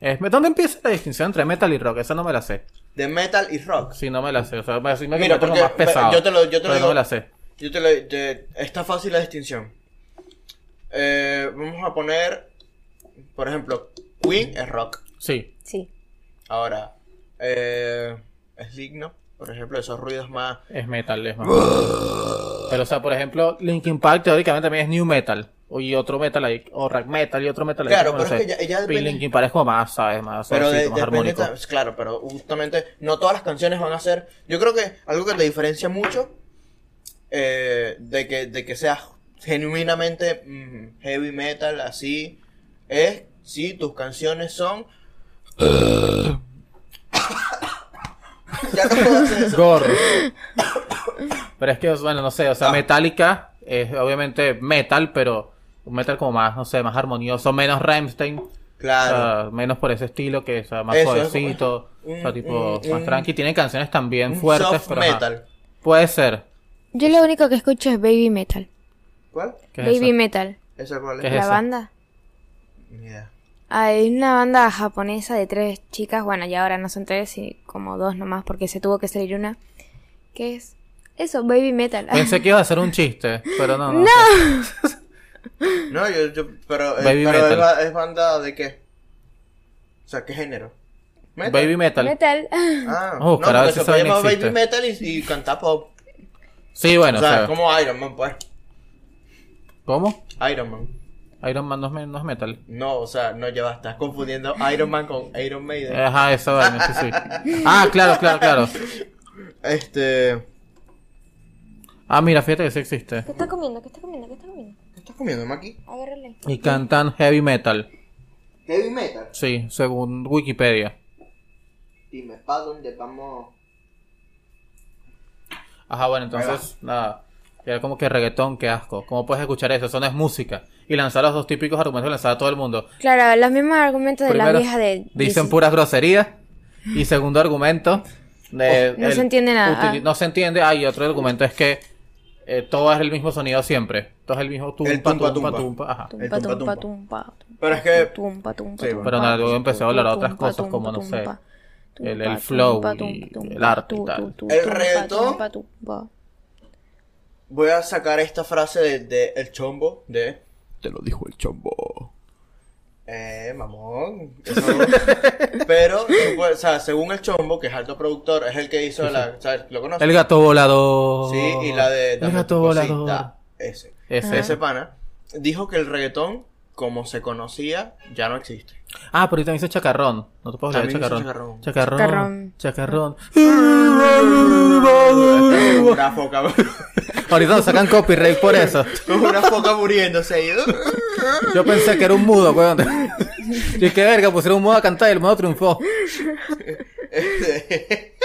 Speaker 2: Es- ¿Dónde empieza la distinción entre metal y rock? Esa no me la sé.
Speaker 4: De metal y rock.
Speaker 2: Sí, no me la sé. O sea, me decime que
Speaker 4: Mira,
Speaker 2: metal es
Speaker 4: porque-
Speaker 2: más pesado.
Speaker 4: yo te lo- yo te
Speaker 2: pero
Speaker 4: lo digo.
Speaker 2: no me la sé.
Speaker 4: Yo te lo, te- está fácil la distinción. Eh, vamos a poner, por ejemplo, Queen es rock.
Speaker 2: Sí.
Speaker 3: Sí.
Speaker 4: Ahora, eh, Slipknot, por ejemplo, esos ruidos más.
Speaker 2: Es metal, es más. Pero, o sea, por ejemplo, Linkin Park teóricamente también es new metal. Y otro metal ahí, o rack metal y otro metal ahí.
Speaker 4: Claro,
Speaker 2: como no
Speaker 4: pero es
Speaker 2: sé.
Speaker 4: que ya- ya
Speaker 2: Y
Speaker 4: depende-
Speaker 2: Linkin Park es como más, ¿sabes? Más,
Speaker 4: Pero de-
Speaker 2: suavecito, más
Speaker 4: depende,
Speaker 2: armónico.
Speaker 4: ta- claro, pero justamente no todas las canciones van a ser. Yo creo que algo que te diferencia mucho eh, de que de que seas genuinamente mm, heavy metal así es si tus canciones son. ya no puedo hacer eso.
Speaker 2: Gordo. pero es que, bueno, no sé, o sea,
Speaker 4: Ah.
Speaker 2: Metallica es obviamente metal, pero un metal como más, no sé, más armonioso, menos Rammstein.
Speaker 4: Claro.
Speaker 2: O sea, menos por ese estilo que es más
Speaker 4: Eso,
Speaker 2: suavecito,
Speaker 4: es como-
Speaker 2: o sea, tipo
Speaker 4: un- un-
Speaker 2: más tranqui. Tienen canciones también
Speaker 4: un
Speaker 2: fuertes,
Speaker 4: soft
Speaker 2: pero ajá.
Speaker 4: metal.
Speaker 2: puede ser.
Speaker 3: Yo lo único que escucho es Baby Metal.
Speaker 4: ¿Cuál?
Speaker 2: ¿Qué es
Speaker 3: Baby
Speaker 2: eso?
Speaker 3: Metal.
Speaker 4: ¿Esa cuál
Speaker 2: ¿Qué
Speaker 4: es?
Speaker 2: es
Speaker 3: la
Speaker 2: eso?
Speaker 3: banda.
Speaker 4: Ni idea.
Speaker 3: Hay una banda japonesa de tres chicas, bueno, ya ahora no son tres, y como dos nomás, porque se tuvo que salir una. ¿Qué es? Eso, baby metal.
Speaker 2: Pensé que iba a hacer un chiste, pero no. No.
Speaker 4: No, yo, yo pero, eh,
Speaker 2: Baby
Speaker 4: pero es,
Speaker 2: metal.
Speaker 4: ba- es banda de qué? O sea, ¿qué género? ¿Metal?
Speaker 2: Baby metal.
Speaker 3: metal.
Speaker 4: Ah,
Speaker 2: Oh,
Speaker 4: no,
Speaker 2: carajo, ese
Speaker 4: porque se
Speaker 2: saben
Speaker 4: puede llamar
Speaker 2: existe.
Speaker 4: Baby Metal y, y canta pop.
Speaker 2: Sí, bueno,
Speaker 4: o sea,
Speaker 2: o sea,
Speaker 4: como Iron Man, pues.
Speaker 2: ¿cómo?
Speaker 4: Iron Man.
Speaker 2: Iron Man no es, me- no es metal.
Speaker 4: No, o sea, no llevas, estás confundiendo Iron Man con Iron Maiden.
Speaker 2: Ajá, esa vaina, sí, sí. Ah, claro, claro, claro.
Speaker 4: Este.
Speaker 2: Ah, mira, fíjate que sí existe.
Speaker 3: ¿Qué está comiendo? ¿Qué está comiendo? ¿Qué está comiendo?
Speaker 4: ¿Qué estás comiendo, Maki?
Speaker 3: Agárrale.
Speaker 2: Y cantan heavy metal.
Speaker 4: Heavy Metal.
Speaker 2: Sí, según Wikipedia.
Speaker 4: Dime, ¿para dónde vamos?
Speaker 2: Ajá, bueno, entonces, nada. Era como que reggaetón, qué asco. ¿Cómo puedes escuchar eso? Eso no es música. Y lanzar los dos típicos argumentos que lanzaba todo el mundo.
Speaker 3: Claro, los mismos argumentos de la
Speaker 2: Primero,
Speaker 3: vieja de...
Speaker 2: dicen puras groserías. Y segundo argumento, de-
Speaker 3: No se entiende nada.
Speaker 2: util- No se entiende. Ah, y otro argumento es que eh, todo es el mismo sonido siempre. Todo es el mismo tumpa,
Speaker 4: El
Speaker 2: tumpa,
Speaker 4: tumpa,
Speaker 2: tumpa,
Speaker 4: tumpa.
Speaker 2: ajá.
Speaker 4: El
Speaker 3: Tumpa,
Speaker 4: tumpa,
Speaker 3: tumpa, tumpa.
Speaker 4: Pero es que-
Speaker 3: Tumpa, tumpa,
Speaker 4: Sí,
Speaker 3: tumpa.
Speaker 2: Pero nada, luego empecé a hablar de
Speaker 3: tumpa,
Speaker 2: otras cosas
Speaker 3: tumpa,
Speaker 2: como, no sé,
Speaker 3: tumpa,
Speaker 2: el-
Speaker 3: tumpa,
Speaker 2: el flow
Speaker 3: tumpa,
Speaker 2: y
Speaker 3: tumpa, tumpa,
Speaker 2: el arte y
Speaker 3: tu, tu,
Speaker 2: tal.
Speaker 3: tu,
Speaker 4: El
Speaker 3: tumpa,
Speaker 4: reto-
Speaker 3: tumpa, tumpa.
Speaker 4: Voy a sacar esta frase de, de El Chombo, de...
Speaker 1: Te lo dijo el chombo.
Speaker 4: Eh, mamón. Eso- Pero, tú puedes- o sea, según El Chombo, que es alto productor, es el que hizo la... o sea, ¿Lo conoces?
Speaker 2: El gato volador.
Speaker 4: Sí, y la de...
Speaker 2: El
Speaker 4: Dame
Speaker 2: gato
Speaker 4: tu cosita,
Speaker 2: volador.
Speaker 4: Ese.
Speaker 2: Ese.
Speaker 4: Ese pana dijo que el reggaetón, como se conocía, ya no existe.
Speaker 2: Ah, pero también hizo chacarrón. No te puedo olvidar
Speaker 4: También
Speaker 2: chacarrón.
Speaker 4: hizo
Speaker 2: Chacarrón. Chacarrón.
Speaker 4: Una foca,
Speaker 2: Ahorita nos sacan copyright por eso.
Speaker 4: una foca muriéndose ahí.
Speaker 2: Yo pensé que era un mudo, weón. Yo qué verga, pusieron un mudo a cantar y el mudo triunfó.
Speaker 4: Este,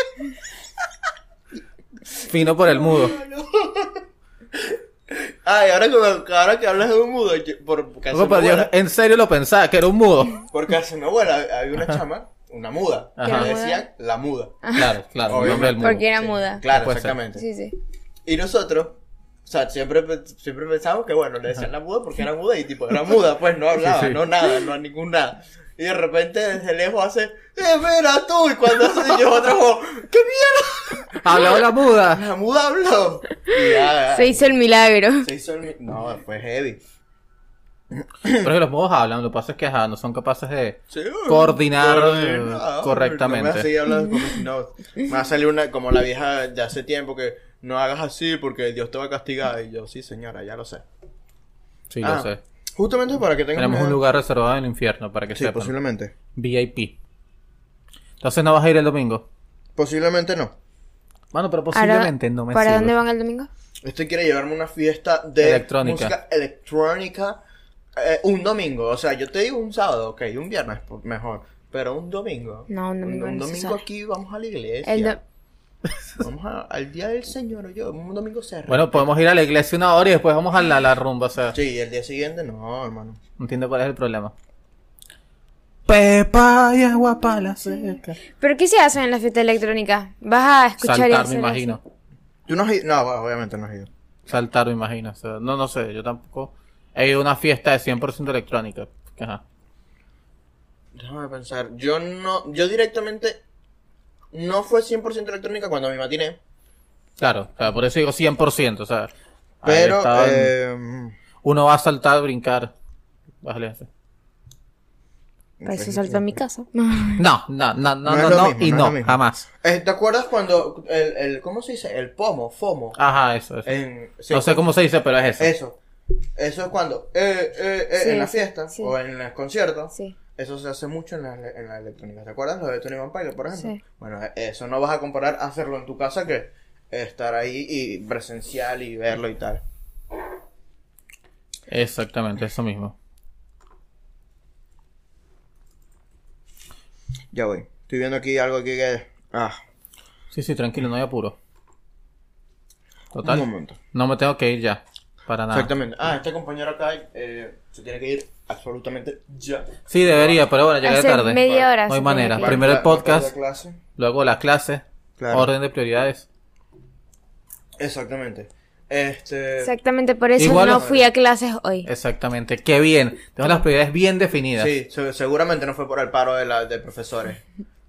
Speaker 2: Fino por el mudo.
Speaker 4: Ay, ahora que, ahora que hablas de un mudo, yo- por casa
Speaker 2: Ojo, pero yo en serio lo pensaba, que era un mudo.
Speaker 4: Porque hace mi abuela había una chama, una muda, que
Speaker 2: Ajá.
Speaker 4: le decían la muda.
Speaker 2: Claro, claro, el
Speaker 4: Obviamente.
Speaker 2: nombre del mudo.
Speaker 3: Porque Ah, era
Speaker 4: Sí,
Speaker 3: muda.
Speaker 4: Claro,
Speaker 2: Puede ser.
Speaker 4: exactamente.
Speaker 3: Sí, sí.
Speaker 4: Y nosotros, o sea, siempre, pe- siempre pensamos que, bueno, le decían la muda porque era muda y tipo, era muda, pues no hablaba,
Speaker 2: Sí, sí.
Speaker 4: no nada, no ningún nada. Y de repente desde lejos hace, ¡eh, mira tú! Y cuando hace yo otra voz, ¡qué mierda!
Speaker 2: Hablaba la muda.
Speaker 4: La muda habló. Y ya,
Speaker 3: Se hizo el milagro.
Speaker 4: se hizo el... No, fue heavy.
Speaker 2: Pero es que los mudos hablan, lo que pasa es que ajá, no son capaces de.
Speaker 4: Sí.
Speaker 2: Coordinar,
Speaker 4: Coordinar.
Speaker 2: correctamente.
Speaker 4: No me así hablando como si no. Me va a salir una, como la vieja de hace tiempo que no hagas así porque Dios te va a castigar. Y yo, sí, señora, ya lo sé.
Speaker 2: Sí,
Speaker 4: Ah,
Speaker 2: lo sé.
Speaker 4: Justamente para que tengas
Speaker 2: Tenemos
Speaker 4: una-
Speaker 2: un lugar reservado en el infierno para que
Speaker 4: Sí,
Speaker 2: sepan.
Speaker 4: posiblemente.
Speaker 2: VIP. Entonces no vas a ir el domingo.
Speaker 4: Posiblemente no.
Speaker 2: Bueno, pero
Speaker 3: Ahora,
Speaker 2: posiblemente no me sirve.
Speaker 3: ¿Para dónde van el domingo?
Speaker 4: Este quiere llevarme a una fiesta de
Speaker 2: Electrónica.
Speaker 4: música electrónica eh, un domingo. O sea, yo te digo un sábado, ok, un viernes por- mejor. Pero un domingo.
Speaker 3: No, un domingo
Speaker 4: Un,
Speaker 3: no se
Speaker 4: domingo
Speaker 3: sale.
Speaker 4: aquí vamos a la iglesia.
Speaker 3: El do-
Speaker 4: Vamos a- al día del Señor o yo. Un domingo cerrado.
Speaker 2: Bueno, podemos ir a la iglesia una hora y después vamos a la, la rumba, o sea.
Speaker 4: Sí, y el día siguiente no, hermano.
Speaker 2: No entiendo cuál es el problema. Pepa y agua para la seca.
Speaker 3: ¿Pero qué se hace en la fiesta electrónica? Vas a escuchar y
Speaker 2: Saltar, me
Speaker 3: hacer
Speaker 2: imagino.
Speaker 4: ¿Tú no has ido? No, bueno, obviamente no has ido.
Speaker 2: Saltar, me imagino. o sea, no, no sé, yo tampoco. He ido a una fiesta de 100% electrónica. Ajá.
Speaker 4: Déjame pensar. Yo no. Yo directamente. No fue 100% electrónica cuando me matiné.
Speaker 2: Claro, o sea, por eso digo 100%, o sea. ahí
Speaker 4: Pero.
Speaker 2: estaban-
Speaker 4: eh,
Speaker 2: Uno va a saltar, brincar. Bájale así.
Speaker 3: eso. Para eso salto Pues a mi casa.
Speaker 2: No, no, no,
Speaker 4: No
Speaker 2: no,
Speaker 4: es
Speaker 2: no,
Speaker 4: lo
Speaker 2: no,
Speaker 4: mismo,
Speaker 2: y
Speaker 4: no es
Speaker 2: no,
Speaker 4: lo mismo.
Speaker 2: jamás.
Speaker 4: eh, ¿Te acuerdas cuando. El, el- ¿Cómo se dice? El pomo, FOMO.
Speaker 2: Ajá, eso, eso.
Speaker 4: En- sí,
Speaker 2: Ah, no sé cómo se dice, pero es eso.
Speaker 4: Eso. Eso es cuando. eh, eh, eh,
Speaker 3: Sí,
Speaker 4: en la
Speaker 3: sí,
Speaker 4: fiesta.
Speaker 3: sí.
Speaker 4: O en los conciertos.
Speaker 3: Sí.
Speaker 4: Eso se hace mucho en la, en la electrónica. ¿Te acuerdas lo de Tony Vampire, por ejemplo?
Speaker 3: Sí.
Speaker 4: Bueno, eso no vas a comparar hacerlo en tu casa que estar ahí y presencial y verlo y tal.
Speaker 2: Exactamente, eso mismo.
Speaker 4: Ya voy. Estoy viendo aquí algo aquí que. Ah,
Speaker 2: Sí, sí, tranquilo, no hay apuro.
Speaker 4: un
Speaker 2: Total.
Speaker 4: momento.
Speaker 2: No me tengo que ir ya. Para nada.
Speaker 4: Exactamente. Ah, este compañero acá eh, se tiene que ir absolutamente ya.
Speaker 2: Sí, debería, pero bueno, llegaré
Speaker 3: Hace
Speaker 2: tarde.
Speaker 3: media hora.
Speaker 2: No
Speaker 3: se
Speaker 2: hay
Speaker 3: tiene
Speaker 2: manera.
Speaker 3: que ir.
Speaker 2: Primero el
Speaker 4: Va- va tarde
Speaker 2: podcast.
Speaker 4: a clase.
Speaker 2: Luego la clase.
Speaker 4: Claro.
Speaker 2: Orden de prioridades.
Speaker 4: Exactamente. Este.
Speaker 3: Exactamente, por eso
Speaker 2: Igual-
Speaker 3: no fui a clases hoy.
Speaker 2: Exactamente. Qué bien. Tengo las prioridades bien definidas.
Speaker 4: Sí, se- seguramente no fue por el paro de, la, de profesores.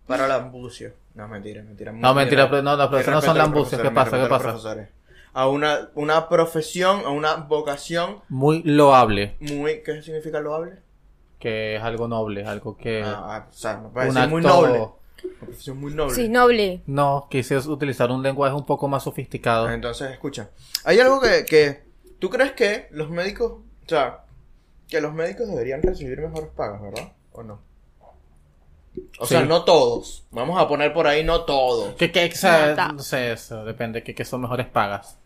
Speaker 4: Para lambucio. No, mentira, mentira.
Speaker 2: No, mentira, pero no, los profesores no son lambucios.
Speaker 4: lambucios
Speaker 2: ¿Qué pasa? ¿Qué pasa?
Speaker 4: A una, una profesión, a una vocación
Speaker 2: Muy loable.
Speaker 4: muy. ¿Qué significa loable?
Speaker 2: Que es algo noble, algo que.
Speaker 4: Ah, ah, o sea, me parece
Speaker 2: Eh, un acto-
Speaker 4: muy noble. Una profesión muy noble.
Speaker 3: Sí, noble.
Speaker 2: No, quise utilizar un lenguaje un poco más sofisticado.
Speaker 4: Entonces, escucha. Hay algo que, que. ¿Tú crees que los médicos. O sea, que los médicos deberían recibir mejores pagas, ¿verdad? ¿O no? O
Speaker 2: Sí.
Speaker 4: sea, no todos. Vamos a poner por ahí no todos.
Speaker 2: Que, que, o sea,
Speaker 3: Nada.
Speaker 2: no sé, eso depende. Que, que son mejores pagas.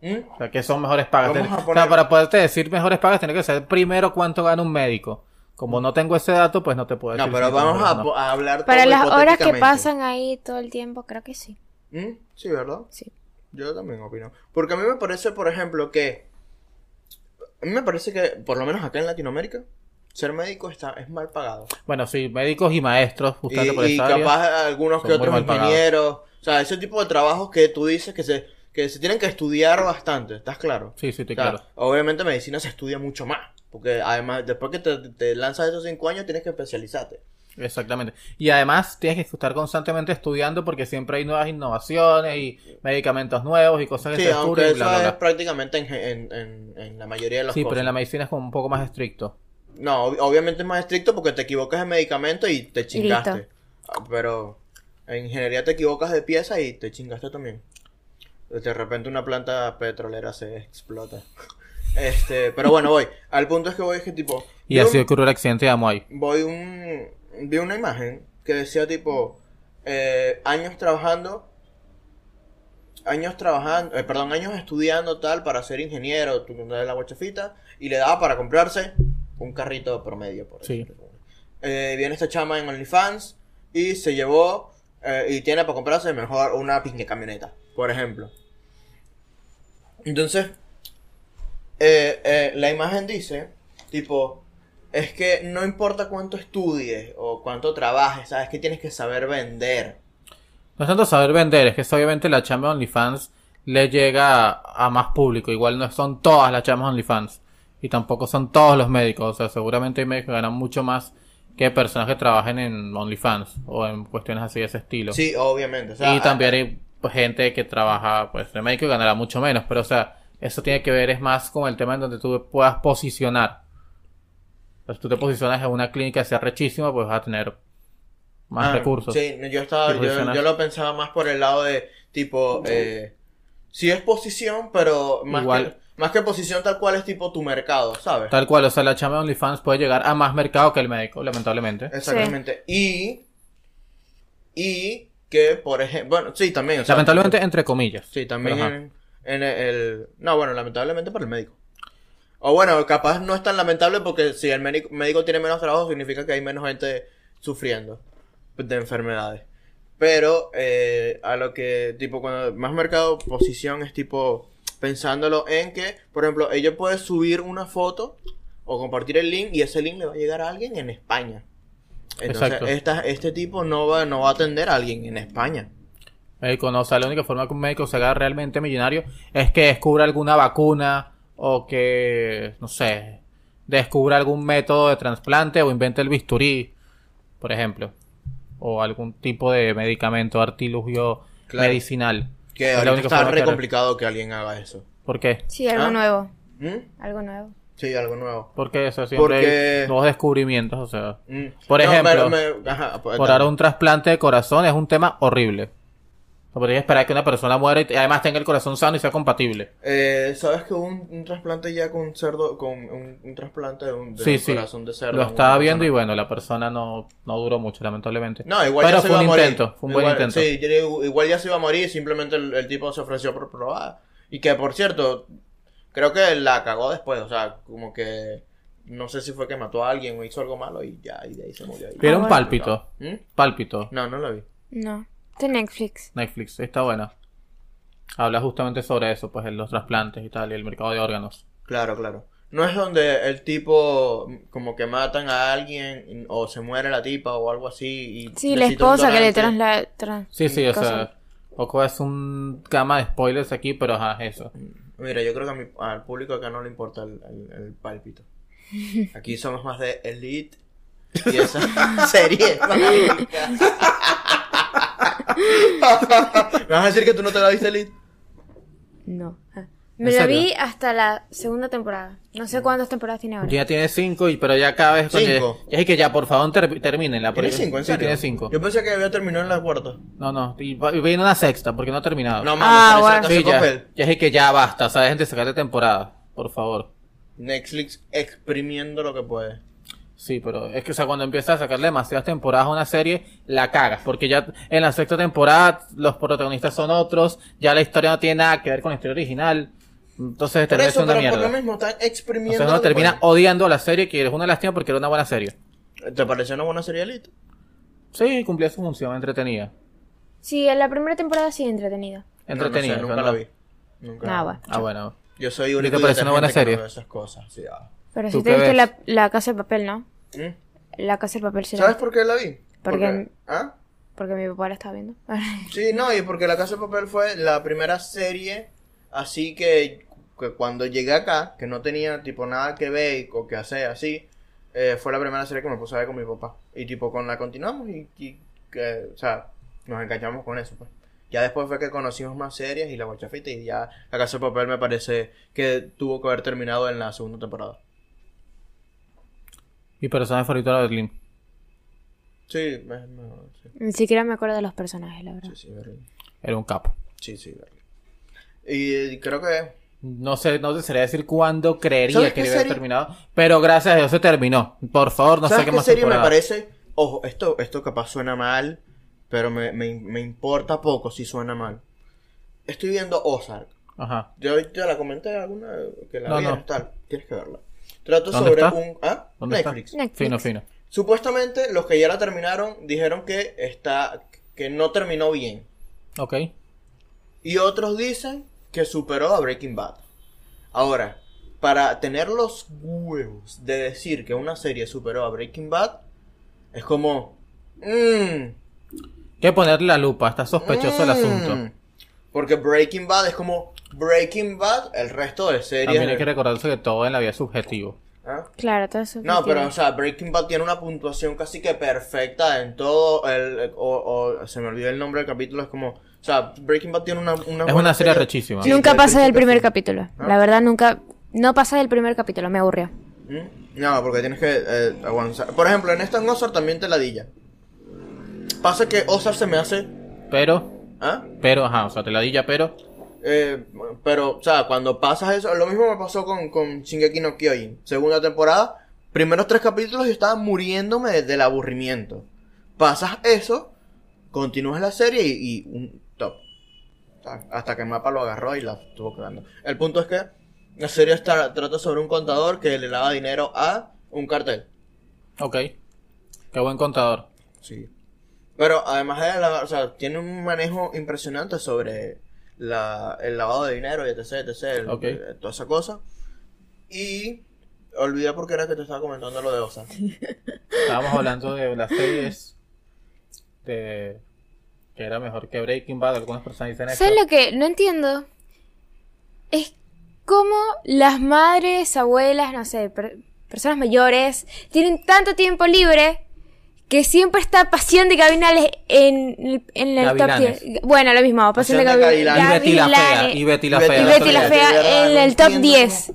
Speaker 4: ¿Mm?
Speaker 2: O sea, que son mejores pagas.
Speaker 4: Vamos
Speaker 2: Ten-
Speaker 4: a
Speaker 2: o sea,
Speaker 4: poner-
Speaker 2: para poderte decir mejores pagas, tiene que saber primero cuánto gana un médico. Como no tengo ese dato, pues no te puedo decir.
Speaker 4: No,
Speaker 2: si
Speaker 4: pero
Speaker 2: son
Speaker 4: vamos
Speaker 2: mejores
Speaker 4: a,
Speaker 2: o no.
Speaker 4: po- a hablar
Speaker 3: Para
Speaker 4: todo
Speaker 3: las horas que
Speaker 4: hipotéticamente.
Speaker 3: pasan ahí todo el tiempo, creo que sí.
Speaker 4: ¿Mm? Sí, ¿verdad?
Speaker 3: Sí.
Speaker 4: Yo también opino. Porque a mí me parece, por ejemplo, que. A mí me parece que, por lo menos acá en Latinoamérica, ser médico está, es mal pagado.
Speaker 2: Bueno, sí, médicos y maestros,
Speaker 4: Y,
Speaker 2: justamente por
Speaker 4: y
Speaker 2: esa área.
Speaker 4: capaz algunos
Speaker 2: son
Speaker 4: que
Speaker 2: muy
Speaker 4: otros
Speaker 2: mal pagados.
Speaker 4: ingenieros. O sea, ese tipo de trabajos que tú dices que se. que se tienen que estudiar bastante, ¿estás claro?
Speaker 2: Sí, sí,
Speaker 4: O
Speaker 2: estoy
Speaker 4: sea,
Speaker 2: claro.
Speaker 4: Obviamente medicina se estudia mucho más, porque además después que te, te lanzas esos cinco años tienes que especializarte.
Speaker 2: Exactamente. Y además tienes que estar constantemente estudiando porque siempre hay nuevas innovaciones y medicamentos nuevos y cosas que
Speaker 4: Sí,
Speaker 2: se
Speaker 4: aunque
Speaker 2: descubren. y
Speaker 4: eso
Speaker 2: bla, bla,
Speaker 4: es
Speaker 2: bla.
Speaker 4: prácticamente en, en- en- en la mayoría de las
Speaker 2: Sí,
Speaker 4: cosas.
Speaker 2: pero en la medicina es como un poco más estricto.
Speaker 4: No, ob- obviamente es más estricto porque te equivocas de medicamento y te chingaste.
Speaker 3: listo.
Speaker 4: Ah, Pero en ingeniería te equivocas de pieza y te chingaste también. De repente una planta petrolera se explota. Este, pero bueno, voy. Al punto es que voy es que tipo.
Speaker 2: Y
Speaker 4: yo-
Speaker 2: así ocurrió el accidente de Amoy.
Speaker 4: voy un vi una imagen que decía tipo eh, años trabajando años trabajando eh, perdón años estudiando tal para ser ingeniero tu de la guachafita y le daba para comprarse un carrito promedio por
Speaker 2: Sí.
Speaker 4: ejemplo. Eh, viene esta chama en OnlyFans y se llevó eh, y tiene para comprarse mejor una pinche camioneta por ejemplo entonces eh, eh, la imagen dice, tipo, es que no importa cuánto estudies o cuánto trabajes, sabes que tienes que saber vender.
Speaker 2: No es tanto saber vender, es que obviamente la chamba de OnlyFans le llega a, a más público. Igual no son todas las chambas de OnlyFans. Y tampoco son todos los médicos. O sea, seguramente hay médicos que ganan mucho más que personas que trabajen en OnlyFans o en cuestiones así de ese estilo.
Speaker 4: Sí, obviamente. o sea,
Speaker 2: y también hay pues, gente que trabaja pues de médico y ganará mucho menos. Pero o sea, eso tiene que ver es más con el tema en donde tú puedas posicionar. Entonces, tú te posicionas en una clínica que sea rechísima, pues vas a tener más
Speaker 4: ah,
Speaker 2: recursos.
Speaker 4: Sí, no, yo, estaba,
Speaker 2: Y
Speaker 4: yo,
Speaker 2: funcionar.
Speaker 4: yo lo pensaba más por el lado de, tipo, eh, sí es posición, pero más,
Speaker 2: Igual.
Speaker 4: Que, más que posición tal cual es tipo tu mercado, ¿sabes?
Speaker 2: Tal cual, o sea, la chama de OnlyFans puede llegar a más mercado que el médico, lamentablemente.
Speaker 4: Exactamente. Y, y que, por ejemplo, bueno, sí, también. o sea,
Speaker 2: Lamentablemente, entre comillas.
Speaker 4: Sí, también
Speaker 2: Pero, ajá.
Speaker 4: en, en el... No, bueno, lamentablemente para el médico. O bueno, capaz no es tan lamentable porque si el médico, médico tiene menos trabajo significa que hay menos gente sufriendo de enfermedades. Pero eh, a lo que, tipo, cuando más mercado posición es tipo pensándolo en que, por ejemplo, ella puede subir una foto o compartir el link y ese link le va a llegar a alguien en España. Entonces,
Speaker 2: Exacto.
Speaker 4: esta- este tipo no va, no va a atender a alguien en España.
Speaker 2: Médico no, o sea, la única forma que un médico se haga realmente millonario es que descubra alguna vacuna o que, no sé, descubra algún método de trasplante o invente el bisturí, por ejemplo, o algún tipo de medicamento, artilugio
Speaker 4: Claro.
Speaker 2: medicinal.
Speaker 4: Que
Speaker 2: Es la
Speaker 4: ahorita
Speaker 2: única
Speaker 4: está
Speaker 2: forma
Speaker 4: re
Speaker 2: que-
Speaker 4: complicado que alguien haga eso.
Speaker 2: ¿Por qué?
Speaker 3: Sí, algo
Speaker 4: ¿Ah?
Speaker 3: nuevo.
Speaker 4: ¿Mm?
Speaker 3: Algo nuevo.
Speaker 4: Sí, algo nuevo.
Speaker 2: Porque eso siempre
Speaker 4: Porque-
Speaker 2: hay nuevos descubrimientos, o sea.
Speaker 4: Mm.
Speaker 2: Por ejemplo,
Speaker 4: ajá, pues,
Speaker 2: Por
Speaker 4: dale.
Speaker 2: ahora un trasplante de corazón es un tema horrible. No podría esperar que una persona muera y te- además tenga el corazón sano y sea compatible.
Speaker 4: Eh, ¿Sabes que hubo un, un trasplante ya con cerdo, con un, un trasplante de un de
Speaker 2: sí,
Speaker 4: un
Speaker 2: sí.
Speaker 4: corazón de cerdo?
Speaker 2: Lo
Speaker 4: a una
Speaker 2: estaba viendo y
Speaker 4: persona?
Speaker 2: bueno, la persona no, no duró mucho, lamentablemente.
Speaker 4: No, igual
Speaker 2: Pero
Speaker 4: ya se
Speaker 2: fue un
Speaker 4: iba a morir.
Speaker 2: intento, fue un buen
Speaker 4: Igual-
Speaker 2: intento.
Speaker 4: Sí, yo digo, igual ya se iba a morir, simplemente el, el tipo se ofreció por probar. Y que, por cierto, creo que la cagó después, o sea, como que... No sé si fue que mató a alguien o hizo algo malo y ya, y de ahí se murió.
Speaker 2: Pero
Speaker 3: Ah,
Speaker 2: un
Speaker 3: bueno.
Speaker 2: pálpito,
Speaker 4: ¿Mm?
Speaker 2: pálpito.
Speaker 4: No, no lo vi.
Speaker 3: No. De Netflix.
Speaker 2: Netflix, está buena. Habla justamente sobre eso, pues los trasplantes y tal, y el mercado de órganos.
Speaker 4: Claro, claro. No es donde el tipo mm, como que matan a alguien mm, o se muere la tipa o algo así. Y
Speaker 3: Sí, la
Speaker 4: necesita un
Speaker 3: esposa que le
Speaker 4: donante.
Speaker 3: trasla... trans-
Speaker 2: Sí, sí, o
Speaker 3: cosa.
Speaker 2: sea, poco es un cama de spoilers aquí, pero ajá, es eso.
Speaker 4: Mira, yo creo que a mi- al público acá no le importa el, el- el pálpito. Aquí somos más de Elite y esa serie. fanática. ¿Me vas a decir que tú no te la viste Elite?
Speaker 3: No. Ah.
Speaker 2: ¿En
Speaker 3: Me la
Speaker 2: serio?
Speaker 3: vi hasta la segunda temporada. No sé cuántas temporadas tiene ahora.
Speaker 2: Ya tiene cinco, y pero ya cada vez... con-
Speaker 4: Cinco.
Speaker 2: Ya, es que ya, por favor, ter- termínenla.
Speaker 4: ¿Tiene
Speaker 2: porque-
Speaker 4: cinco, en
Speaker 2: Ah, Sí,
Speaker 4: serio?
Speaker 2: tiene cinco.
Speaker 4: Yo pensé que había terminado en la cuarta.
Speaker 2: No, no, y va- y viene una sexta, porque no ha terminado.
Speaker 4: No, mames,
Speaker 3: Ah,
Speaker 4: parece la
Speaker 2: Sí,
Speaker 4: Casa
Speaker 2: ya,
Speaker 4: de Papel.
Speaker 2: ya es que ya basta, o sea, dejen de sacarle temporada, por favor.
Speaker 4: Netflix exprimiendo lo que puede.
Speaker 2: Sí, pero es que, o sea, cuando empiezas a sacarle demasiadas temporadas a una serie, la cagas, porque ya en la sexta temporada los protagonistas son otros, ya la historia no tiene nada que ver con la historia original, entonces
Speaker 4: Por
Speaker 2: termina
Speaker 4: eso,
Speaker 2: siendo una
Speaker 4: pero por lo pues.
Speaker 2: mierda.
Speaker 4: mismo están
Speaker 2: O
Speaker 4: exprimiendo.
Speaker 2: sea,
Speaker 4: lo
Speaker 2: uno
Speaker 4: que
Speaker 2: termina
Speaker 4: pueden.
Speaker 2: odiando a la serie, que es una lástima porque era una buena serie.
Speaker 4: ¿Te pareció una buena serie Elite?
Speaker 2: Sí, cumplía su función, entretenida.
Speaker 3: Sí, en la primera temporada sí entretenida.
Speaker 2: Entretenida.
Speaker 4: No, no sé,
Speaker 2: o sea, no-
Speaker 4: nunca la vi. Nunca.
Speaker 3: Nada, bueno.
Speaker 2: Ah, bueno.
Speaker 4: Yo soy
Speaker 2: ¿Y
Speaker 4: único
Speaker 2: te pareció una buena
Speaker 4: detergente que
Speaker 2: serie?
Speaker 4: no veo esas cosas. sí, ah.
Speaker 3: Pero
Speaker 2: ¿Tú
Speaker 3: si
Speaker 2: qué
Speaker 3: te viste
Speaker 2: ves?
Speaker 3: la, la Casa de Papel, ¿no?
Speaker 4: ¿Mm?
Speaker 3: La Casa de Papel sí la-
Speaker 4: ¿Sabes por qué la vi?
Speaker 3: Porque-
Speaker 4: ¿Ah?
Speaker 3: Porque mi papá la estaba viendo.
Speaker 4: Sí, no, y porque La Casa de Papel fue la primera serie, así que, que cuando llegué acá, que no tenía tipo nada que ver o que hacer así, eh, fue la primera serie que me puse a ver con mi papá. Y tipo, con la continuamos y, y que, o sea, nos enganchamos con eso, pues. Ya después fue que conocimos más series y la guachafita y ya La Casa de Papel me parece que tuvo que haber terminado en la segunda temporada.
Speaker 2: Mi personaje favorito era Berlín.
Speaker 4: Sí, es mejor, sí,
Speaker 3: Ni siquiera me acuerdo de los personajes, la verdad.
Speaker 4: sí, sí, Berlín.
Speaker 2: Era un capo.
Speaker 4: Sí, sí, Berlín. Y eh, creo que
Speaker 2: No sé, no te sería decir cuándo creería
Speaker 4: ¿Sabes
Speaker 2: que
Speaker 4: qué
Speaker 2: hubiera
Speaker 4: serie?
Speaker 2: terminado, pero gracias a Dios se terminó. Por favor, no sé
Speaker 4: ¿Sabes
Speaker 2: qué
Speaker 4: qué
Speaker 2: más
Speaker 4: serie me
Speaker 2: temporada.
Speaker 4: parece? Ojo, esto, esto capaz suena mal, pero me, me- me importa poco si suena mal. Estoy viendo Ozark.
Speaker 2: Ajá.
Speaker 4: Yo te la comenté alguna que la
Speaker 2: No,
Speaker 4: vi
Speaker 2: no.
Speaker 4: tal. Tienes que verla. Trato
Speaker 2: ¿Dónde
Speaker 4: sobre
Speaker 2: está?
Speaker 4: un. ¿Ah?
Speaker 2: ¿Dónde está?
Speaker 4: Netflix.
Speaker 3: Netflix.
Speaker 2: Fino, fino.
Speaker 4: Supuestamente los que ya la terminaron dijeron que está. que no terminó bien.
Speaker 2: Ok.
Speaker 4: Y otros dicen que superó a Breaking Bad. Ahora, para tener los huevos de decir que una serie superó a Breaking Bad, es como. Mmm.
Speaker 2: Hay que ponerle la lupa, está sospechoso el asunto.
Speaker 4: Mm, Porque Breaking Bad es como Breaking Bad, el resto de series.
Speaker 2: También hay que recordarse que todo en la vida es subjetivo.
Speaker 4: ¿Ah?
Speaker 3: Claro, todo eso.
Speaker 4: No, pero o sea, Breaking Bad tiene una puntuación casi que perfecta en todo el... O, o- se me olvidó el nombre del capítulo, es como... O sea, Breaking Bad tiene una... una
Speaker 2: Es
Speaker 4: buena
Speaker 2: una serie rechísima. Sí,
Speaker 3: nunca pasé del
Speaker 4: principio
Speaker 3: primer
Speaker 4: a fin.
Speaker 3: capítulo. La verdad, nunca. No pasé del primer capítulo, me aburrió.
Speaker 4: ¿Mm? No, porque tienes que eh, aguantar. Por ejemplo, en esta en Ozark también te ladilla. Pasa que Ozark se me hace...
Speaker 2: Pero,
Speaker 4: ¿Ah?
Speaker 2: pero, ajá, o sea, te la di ya, pero.
Speaker 4: Eh, pero, o sea, cuando pasas eso, lo mismo me pasó con, con Shingeki no Kyojin. Segunda temporada, primeros tres capítulos yo estaba muriéndome de- del aburrimiento. Pasas eso, continúas la serie y, y un top. Ta- Hasta que el mapa lo agarró y la estuvo cagando. El punto es que la serie está- trata sobre un contador que le lava dinero a un cartel.
Speaker 2: Ok. Qué buen contador.
Speaker 4: Sí. Pero además de lavar, o sea, tiene un manejo impresionante sobre la, el lavado de dinero y etc, etc, el-
Speaker 2: Ok.
Speaker 4: eh, toda esa cosa. Y olvidé por qué era que te estaba comentando lo de Osa.
Speaker 2: Estábamos hablando de las series de que era mejor que Breaking Bad, algunas personas dicen eso.
Speaker 3: ¿Sabes lo que no entiendo? Es como las madres, abuelas, no sé, per- personas mayores, tienen tanto tiempo libre que siempre está Pasión de Gavinales en, el- en el top
Speaker 2: Gavilanes.
Speaker 3: 10. Bueno, lo mismo, Pasión,
Speaker 4: Pasión
Speaker 3: de, Gavi-
Speaker 4: de Gavilanes.
Speaker 2: Y Betty la fea,
Speaker 3: Gavilanes.
Speaker 2: y Betty la
Speaker 4: Y
Speaker 2: fea.
Speaker 3: Y
Speaker 2: no
Speaker 3: Betty
Speaker 2: te
Speaker 3: la
Speaker 2: olvides.
Speaker 3: Fea en el top 10.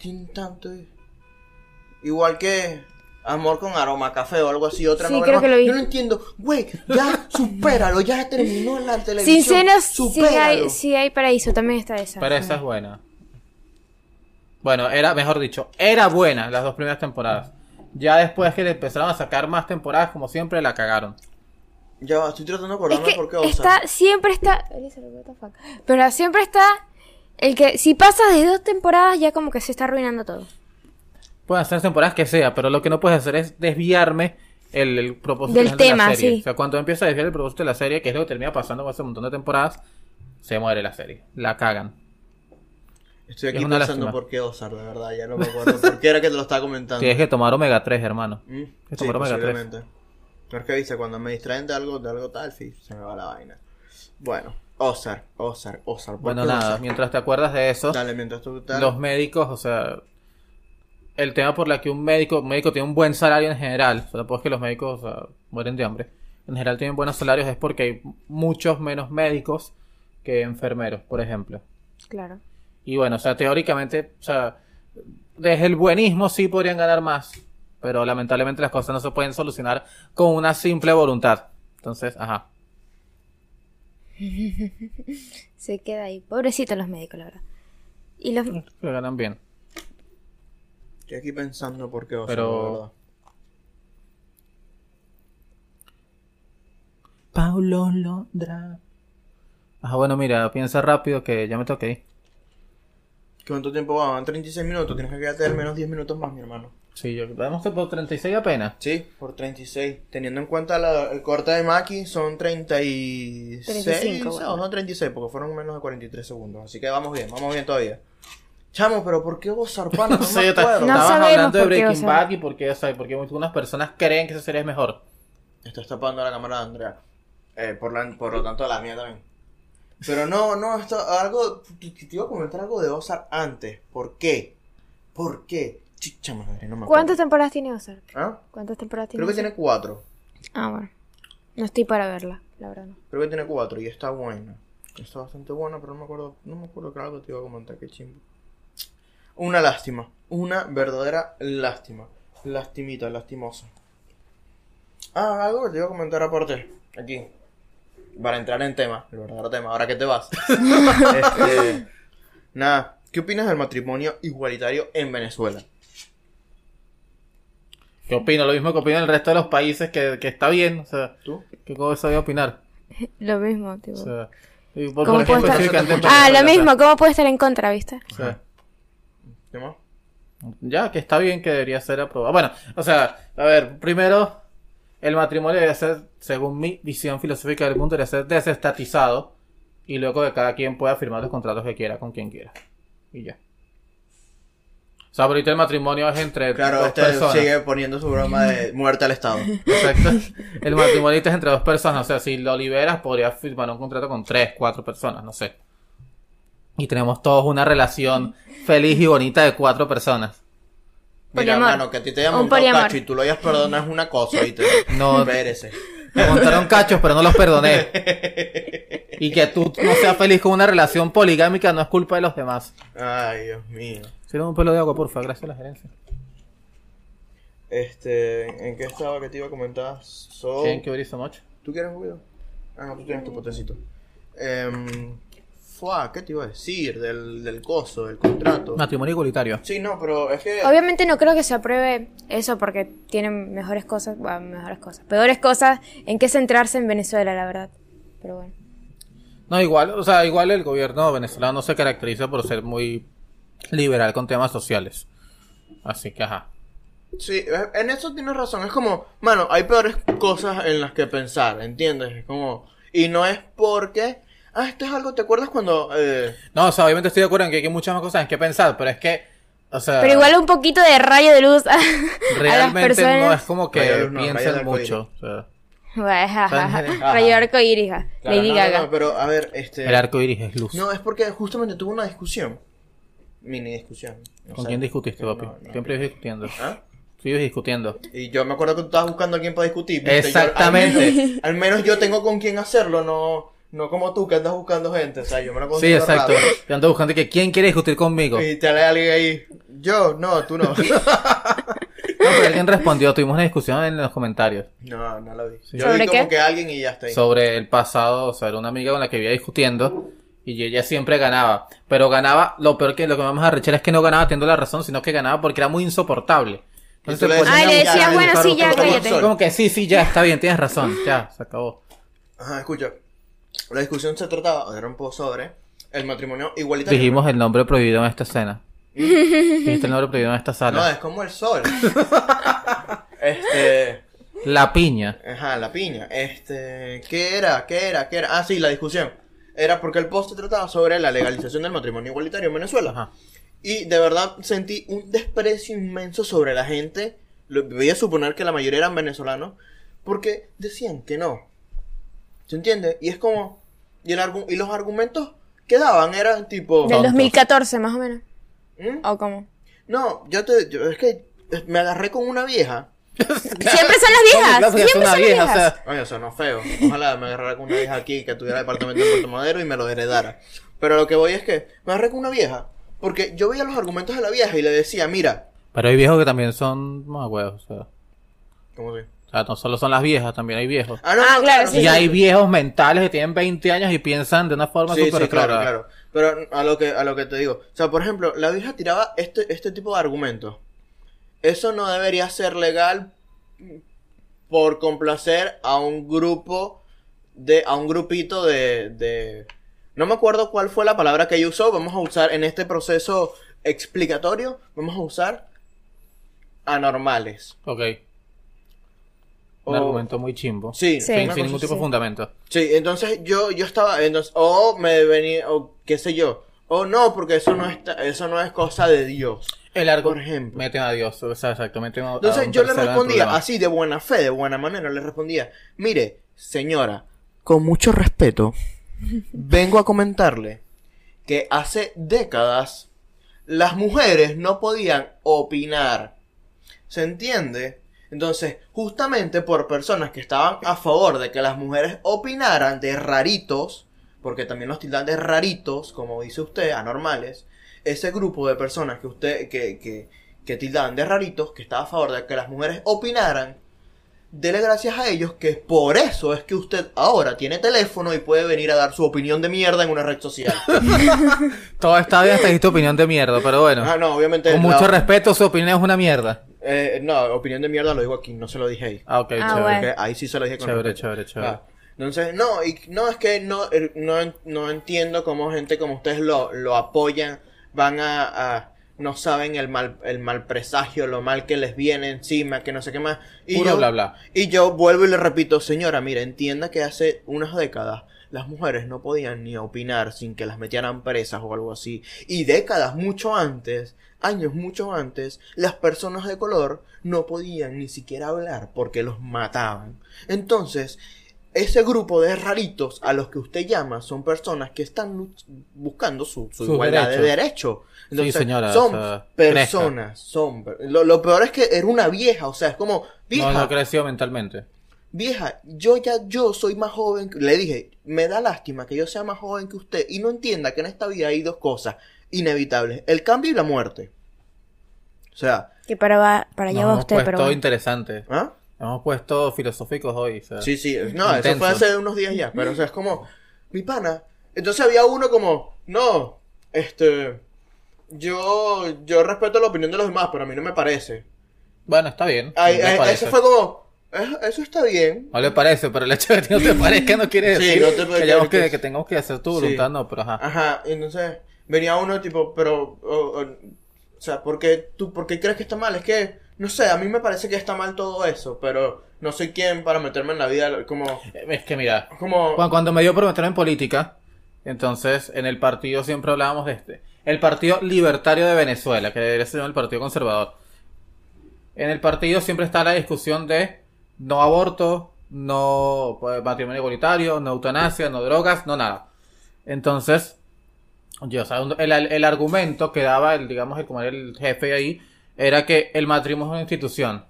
Speaker 4: Tiene tanto. eh. Igual que Amor con aroma a café o algo así, otra
Speaker 3: Sí,
Speaker 4: novela
Speaker 3: creo
Speaker 4: más.
Speaker 3: que lo vi.
Speaker 4: Yo no entiendo. Güey, ya supéralo, ya terminó en la televisión.
Speaker 3: Sin senos, si
Speaker 4: supéralo.
Speaker 3: hay, si hay paraíso, también está esa.
Speaker 2: Pero esa es buena. Bueno, era, mejor dicho, era buena las dos primeras temporadas. Ya después que le empezaron a sacar más temporadas, como siempre, la cagaron.
Speaker 4: Ya, va, estoy tratando de
Speaker 3: Es
Speaker 4: acordarme
Speaker 3: que
Speaker 4: por qué Osa.
Speaker 3: está, siempre está. Elizabeth, what the fuck. Pero siempre está. El que si pasas de dos temporadas ya como que se está arruinando todo.
Speaker 2: Pueden hacer temporadas que sea, pero lo que no puedes hacer es desviarme el, el propósito
Speaker 3: Del
Speaker 2: general de
Speaker 3: tema,
Speaker 2: la serie.
Speaker 3: sí.
Speaker 2: O sea, cuando empieza a desviar el propósito de la serie, que es lo que termina pasando con ese montón de temporadas, se muere la serie. La cagan.
Speaker 4: Estoy
Speaker 2: Es
Speaker 4: aquí
Speaker 2: una
Speaker 4: pensando
Speaker 2: lástima.
Speaker 4: por qué Ozar, de verdad, ya no me acuerdo. ¿Por qué era que te lo estaba comentando?
Speaker 2: Tienes que este tomar omega 3, hermano.
Speaker 4: ¿Mm?
Speaker 2: que
Speaker 4: Sí,
Speaker 2: tomar omega 3.
Speaker 4: posiblemente. Pero es que viste, cuando me distraen de algo, de algo tal, sí, se me va la vaina. Bueno, Ozar, Ozar, Ozar. ¿por
Speaker 2: Bueno,
Speaker 4: qué
Speaker 2: nada,
Speaker 4: Ozark?
Speaker 2: mientras te acuerdas de eso,
Speaker 4: Dale, mientras tú tal.
Speaker 2: los médicos, o sea, el tema por la que un médico, un médico tiene un buen salario en general, solo porque los médicos o sea, mueren de hambre, en general tienen buenos salarios es porque hay muchos menos médicos que enfermeros, por ejemplo.
Speaker 3: Claro.
Speaker 2: Y bueno, o sea, teóricamente, o sea, desde el buenismo sí podrían ganar más, pero lamentablemente las cosas no se pueden solucionar con una simple voluntad. Entonces, ajá.
Speaker 3: Se queda ahí. Pobrecitos los médicos, la verdad. Y los.
Speaker 2: Lo ganan bien.
Speaker 4: Estoy aquí pensando por qué Ozar,
Speaker 2: Pero-
Speaker 4: de verdad.
Speaker 2: Paulo Londra. Ah, bueno, mira, piensa rápido que ya me toqué.
Speaker 4: ¿Cuánto tiempo va? Van 36 minutos, tienes que quedarte al menos 10 minutos más, mi hermano.
Speaker 2: Sí, yo, vamos por 36 apenas.
Speaker 4: Sí, por 36. Teniendo en cuenta la- el corte de Maki, son 36.
Speaker 3: 35, bueno.
Speaker 4: No, son 36, porque fueron menos de 43 segundos. Así que vamos bien, vamos bien todavía. Chamo, pero ¿por qué vos zarpás? No,
Speaker 2: No sé,
Speaker 4: me
Speaker 2: yo ta-
Speaker 4: acuerdo.
Speaker 3: No
Speaker 2: estabas
Speaker 3: sabemos
Speaker 2: hablando de
Speaker 3: por qué,
Speaker 2: Breaking
Speaker 3: o sea.
Speaker 2: Bad y por qué, o sea, porque algunas personas creen que esa serie es mejor.
Speaker 4: Estás tapando la cámara de Andrea. Eh, por, la- por lo tanto, la mía también. Pero no, no, esto, algo, te te iba a comentar algo de Ozark antes. ¿Por qué? ¿Por qué? Chicha madre, no me acuerdo.
Speaker 3: ¿Cuántas temporadas tiene Ozark?
Speaker 4: ¿Ah?
Speaker 3: ¿Cuántas temporadas tiene?
Speaker 4: Creo que tiene cuatro.
Speaker 3: Ozark? Ah, bueno. No estoy para verla, la verdad. no.
Speaker 4: Creo que tiene cuatro y está buena. Está bastante buena, pero no me acuerdo, no me acuerdo que algo te iba a comentar, qué chimbo. Una lástima, una verdadera lástima. Lastimita, lastimosa. Ah, algo que te iba a comentar aparte, aquí. Para entrar en tema, el verdadero tema, ahora que te vas. Este, nada, ¿qué opinas del matrimonio igualitario en Venezuela?
Speaker 2: ¿Qué opino? Lo mismo que opino el resto de los países que, que está bien. O sea,
Speaker 4: ¿Tú?
Speaker 2: ¿qué cosa voy a opinar?
Speaker 3: Lo mismo, tipo.
Speaker 2: O sea, y por,
Speaker 3: ¿Cómo
Speaker 2: por
Speaker 3: puede
Speaker 2: ejemplo,
Speaker 4: estar?
Speaker 2: sí, que antes-
Speaker 3: ah, lo mismo, ¿cómo puede estar en contra, viste?
Speaker 2: O sea,
Speaker 4: ¿Qué más?
Speaker 2: Ya, que está bien que debería ser aprobado. Bueno, o sea, a ver, primero, el matrimonio debe ser, según mi visión filosófica del mundo, debe ser desestatizado y luego que cada quien pueda firmar los contratos que quiera con quien quiera. Y ya. O sea, pero ahorita el matrimonio es entre
Speaker 4: Claro,
Speaker 2: dos
Speaker 4: este
Speaker 2: personas.
Speaker 4: sigue poniendo su broma de muerte al Estado.
Speaker 2: Exacto. El matrimonio es entre dos personas. O sea, si lo liberas, podrías firmar un contrato con tres, cuatro personas, no sé. Y tenemos todos una relación feliz y bonita de cuatro personas.
Speaker 4: Mira,
Speaker 3: Poliamor.
Speaker 4: hermano, que a ti te hayan
Speaker 3: Un
Speaker 4: montado
Speaker 3: poliamor.
Speaker 4: cacho y tú lo hayas perdonado es una cosa, ¿viste?
Speaker 2: No.
Speaker 4: Espérese.
Speaker 2: Me montaron cachos, pero no los perdoné. Y que tú no seas feliz con una relación poligámica no es culpa de los demás.
Speaker 4: Ay, Dios mío.
Speaker 2: Sirve un pelo de agua, porfa, gracias a la gerencia.
Speaker 4: Este, ¿en qué estaba que te iba a comentar? So-
Speaker 2: ¿Quieren que brisa mucho?
Speaker 4: ¿Tú quieres jugo? Ah, no, tú tienes tu potecito. Em, fuá, ¿qué te iba a decir? Del, del coso, del contrato.
Speaker 2: Matrimonio igualitario.
Speaker 4: Sí, no, pero es que.
Speaker 3: Obviamente no creo que se apruebe eso porque tienen mejores cosas, bueno, mejores cosas, peores cosas en qué centrarse en Venezuela, la verdad. Pero bueno.
Speaker 2: No, igual, o sea, igual el gobierno venezolano se caracteriza por ser muy liberal con temas sociales. Así que, ajá.
Speaker 4: Sí, eh, en eso tienes razón. Es como, mano, hay peores cosas en las que pensar, ¿entiendes? Es como. Y no es porque. Ah, esto es algo, ¿te acuerdas cuando.? Eh,
Speaker 2: No, o sea, obviamente estoy de acuerdo en que hay muchas más cosas en que pensar, pero es que, o sea,
Speaker 3: Pero igual un poquito de rayo de luz a, a las
Speaker 2: Ah. realmente
Speaker 3: personas.
Speaker 2: no es como
Speaker 4: Rayos
Speaker 2: que
Speaker 4: luz no, rayos
Speaker 2: piensen
Speaker 4: del arcoíris.
Speaker 2: mucho. O sea,
Speaker 3: Bueno, ja, ja, ja.
Speaker 2: Ajá.
Speaker 3: Rayo arcoíris, ja.
Speaker 4: claro,
Speaker 3: Lady
Speaker 4: no, no,
Speaker 3: Gaga.
Speaker 4: no, pero a ver, este.
Speaker 2: el arco iris es luz.
Speaker 4: No, es porque justamente tuve una discusión. Mini discusión. No
Speaker 2: ¿Con
Speaker 4: sé.
Speaker 2: quién discutiste,
Speaker 4: No,
Speaker 2: papi?
Speaker 4: no.
Speaker 2: Siempre ibas discutiendo.
Speaker 4: ¿Ah?
Speaker 2: Sigues discutiendo.
Speaker 4: Y yo me acuerdo que tú estabas buscando a quién para discutir. ¿viste? Yo-
Speaker 2: Exactamente.
Speaker 4: al, menos, al menos yo tengo con quién hacerlo, no, no como tú que andas buscando gente. O sea, yo me lo
Speaker 2: Sí,
Speaker 4: consigo
Speaker 2: exacto.
Speaker 4: rápido.
Speaker 2: Yo ando buscando que quién quiere discutir conmigo. No,
Speaker 4: Y te sale alguien ahí. Yo, no, tú no.
Speaker 2: pero alguien respondió, tuvimos una discusión en los comentarios
Speaker 4: no, no lo vi. Yo
Speaker 3: ¿Sobre
Speaker 4: vi como
Speaker 3: qué?
Speaker 4: que alguien y ya está ahí.
Speaker 2: sobre el pasado, o sea, era una amiga con la que vivía discutiendo y ella siempre ganaba, pero ganaba, lo peor que lo que me vamos a rechazar es que no ganaba teniendo la razón, sino que ganaba porque era muy insoportable.
Speaker 4: tú le
Speaker 2: pues,
Speaker 4: decías,
Speaker 2: ya,
Speaker 4: "Ay, le
Speaker 2: ya,
Speaker 4: decías,
Speaker 2: ya,
Speaker 4: "Bueno,
Speaker 2: buscar
Speaker 4: sí,
Speaker 2: otro
Speaker 4: ya,
Speaker 2: lugar".
Speaker 4: cállate.
Speaker 2: Como que sí, sí, ya, está bien, tienes razón, ya, se acabó.
Speaker 4: Ajá, escucha. La discusión se trataba, era un poco sobre el matrimonio igualitario.
Speaker 2: Dijimos el nombre prohibido en esta escena. Dijiste el nombre prohibido en esta
Speaker 4: No,
Speaker 2: sala.
Speaker 4: es como el sol. este.
Speaker 2: La piña.
Speaker 4: Ajá, la piña. Este, ¿qué era? ¿Qué era? ¿Qué era? Ah, sí, la discusión. Era porque el post se trataba sobre la legalización del matrimonio igualitario en Venezuela.
Speaker 2: Ajá.
Speaker 4: Y de verdad sentí un desprecio inmenso sobre la gente. Lo, voy a suponer que la mayoría eran venezolanos. Porque decían que no. ¿Se entiende? Y es como. Y, el argu- y los argumentos que daban eran tipo.
Speaker 3: Del
Speaker 2: tontos.
Speaker 3: 2014, más o menos.
Speaker 4: ¿Mm?
Speaker 3: ¿O cómo?
Speaker 4: No, yo te. yo- es que eh, me agarré con una vieja.
Speaker 3: Siempre son las viejas.
Speaker 2: Claro, porque
Speaker 3: siempre
Speaker 2: es
Speaker 3: son
Speaker 2: una
Speaker 3: las
Speaker 2: vieja, o
Speaker 3: viejas.
Speaker 2: sea,
Speaker 4: Oye, sonó feo. Ojalá me agarrara con una vieja aquí que tuviera departamento en Puerto Madero y me lo heredara. Pero lo que voy es que me agarré con una vieja. Porque yo veía los argumentos de la vieja y le decía, mira.
Speaker 2: Pero hay viejos que también son más huevos. O sea, o
Speaker 4: ¿Cómo se
Speaker 2: sea, no solo son las viejas, también hay viejos.
Speaker 4: Ah, no,
Speaker 3: Ah,
Speaker 4: no,
Speaker 3: claro, sí,
Speaker 2: Y hay viejos mentales que tienen 20 años y piensan de una forma
Speaker 4: Sí,
Speaker 2: súper
Speaker 4: sí, claro,
Speaker 2: clara.
Speaker 4: claro. Pero a lo que a lo que te digo, o sea, por ejemplo, la vieja tiraba este este tipo de argumentos. Eso no debería ser legal por complacer a un grupo de a un grupito de de no me acuerdo cuál fue la palabra que ella usó, vamos a usar en este proceso explicatorio, vamos a usar anormales.
Speaker 2: Ok. Un
Speaker 4: O-
Speaker 2: argumento muy chimbo.
Speaker 4: Sí,
Speaker 3: Sí.
Speaker 2: Sin,
Speaker 4: una
Speaker 2: sin
Speaker 4: cosa
Speaker 2: ningún tipo
Speaker 3: sí.
Speaker 2: de fundamento.
Speaker 4: Sí, entonces yo, yo estaba, entonces, o me venía, o qué sé yo, o no, porque eso no está, eso no es cosa de Dios.
Speaker 2: El argumento.
Speaker 4: Por ejemplo.
Speaker 2: Meten a Dios. O sea, exactamente.
Speaker 4: Entonces yo le respondía así, de buena fe, de buena manera, le respondía, mire, señora, con mucho respeto, vengo a comentarle que hace décadas las mujeres no podían opinar. ¿Se entiende? Entonces, justamente por personas que estaban a favor de que las mujeres opinaran de raritos, porque también los tildan de raritos, como dice usted, anormales, ese grupo de personas que usted que, que, que tildaban de raritos, que estaba a favor de que las mujeres opinaran, dele gracias a ellos que por eso es que usted ahora tiene teléfono y puede venir a dar su opinión de mierda en una red social.
Speaker 2: Todo está bien hasta aquí tu opinión de mierda, pero bueno.
Speaker 4: Ah, no, obviamente.
Speaker 2: Con
Speaker 4: la-
Speaker 2: mucho respeto, su opinión es una mierda.
Speaker 4: eh, no, opinión de mierda lo digo aquí, no se lo dije ahí.
Speaker 2: Ah, ok,
Speaker 3: Ah,
Speaker 2: chévere.
Speaker 3: bueno.
Speaker 4: Porque ahí sí se lo dije con
Speaker 2: Chévere,
Speaker 4: respeto.
Speaker 2: chévere, chévere.
Speaker 4: Ah, Entonces, no, y, no es que no, eh, no, en- no entiendo cómo gente como ustedes lo, lo apoyan, van a, a- no saben el mal, el mal presagio, lo mal que les viene encima, que no sé qué más. Y
Speaker 2: Puro
Speaker 4: yo,
Speaker 2: bla bla.
Speaker 4: y yo vuelvo y le repito, señora, mira, entienda que hace unas décadas las mujeres no podían ni opinar sin que las metieran presas o algo así. Y décadas, mucho antes, años mucho antes, las personas de color no podían ni siquiera hablar porque los mataban. Entonces, ese grupo de raritos a los que usted llama son personas que están luch- buscando su, su
Speaker 2: Sus
Speaker 4: igualdad de
Speaker 2: derechos.
Speaker 4: derecho. Entonces,
Speaker 2: señora,
Speaker 4: son
Speaker 2: o sea,
Speaker 4: personas, son... per- Lo, lo peor es que era una vieja, o sea, es como... Vieja,
Speaker 2: No, no creció mentalmente.
Speaker 4: Vieja, yo ya yo soy más joven. que-". Le dije, me da lástima que yo sea más joven que usted y no entienda que en esta vida hay dos cosas inevitables: el cambio y la muerte. O sea,
Speaker 3: Que para, va- para allá
Speaker 2: Nos
Speaker 3: va
Speaker 2: hemos
Speaker 3: usted,
Speaker 2: puesto
Speaker 3: pero bueno.
Speaker 2: interesante.
Speaker 4: ¿ah?
Speaker 2: Hemos puesto filosóficos hoy. o sea.
Speaker 4: Sí, sí, no, eso
Speaker 2: Intenso.
Speaker 4: fue hace unos días ya, pero o sea, es como, mi pana. Entonces había uno como, no, este, yo, yo respeto la opinión de los demás, pero a mí no me parece.
Speaker 2: Bueno, está bien.
Speaker 4: Ay,
Speaker 2: no,
Speaker 4: ay,
Speaker 2: le parece.
Speaker 4: eso fue como, "Eh, eso está bien.
Speaker 2: no le parece, pero el hecho de que no te parezca no quiere
Speaker 4: Sí,
Speaker 2: decir
Speaker 4: no te
Speaker 2: que,
Speaker 4: parece
Speaker 2: hayamos
Speaker 4: que-
Speaker 2: que- que tengamos que hacer tu
Speaker 4: Sí. Ah.
Speaker 2: voluntad, no, pero ajá.
Speaker 4: Ajá, y entonces venía uno tipo, pero, o, o, o sea, ¿por qué, tú, ¿por qué crees que está mal? Es que, no sé, a mí me parece que está mal todo eso, pero no soy quién para meterme en la vida, como,
Speaker 2: Eh, Es que mira,
Speaker 4: como,
Speaker 2: Cuando, cuando me dio por meterme en política, entonces en el partido siempre hablábamos de este. El Partido Libertario de Venezuela, que debería ser el Partido Conservador. En el partido siempre está la discusión de no aborto, no pues, matrimonio igualitario, no eutanasia, no drogas, no nada. Entonces, yo, o sea, un- el, el argumento que daba, el, digamos, el, como era el jefe ahí, era que el matrimonio es una institución.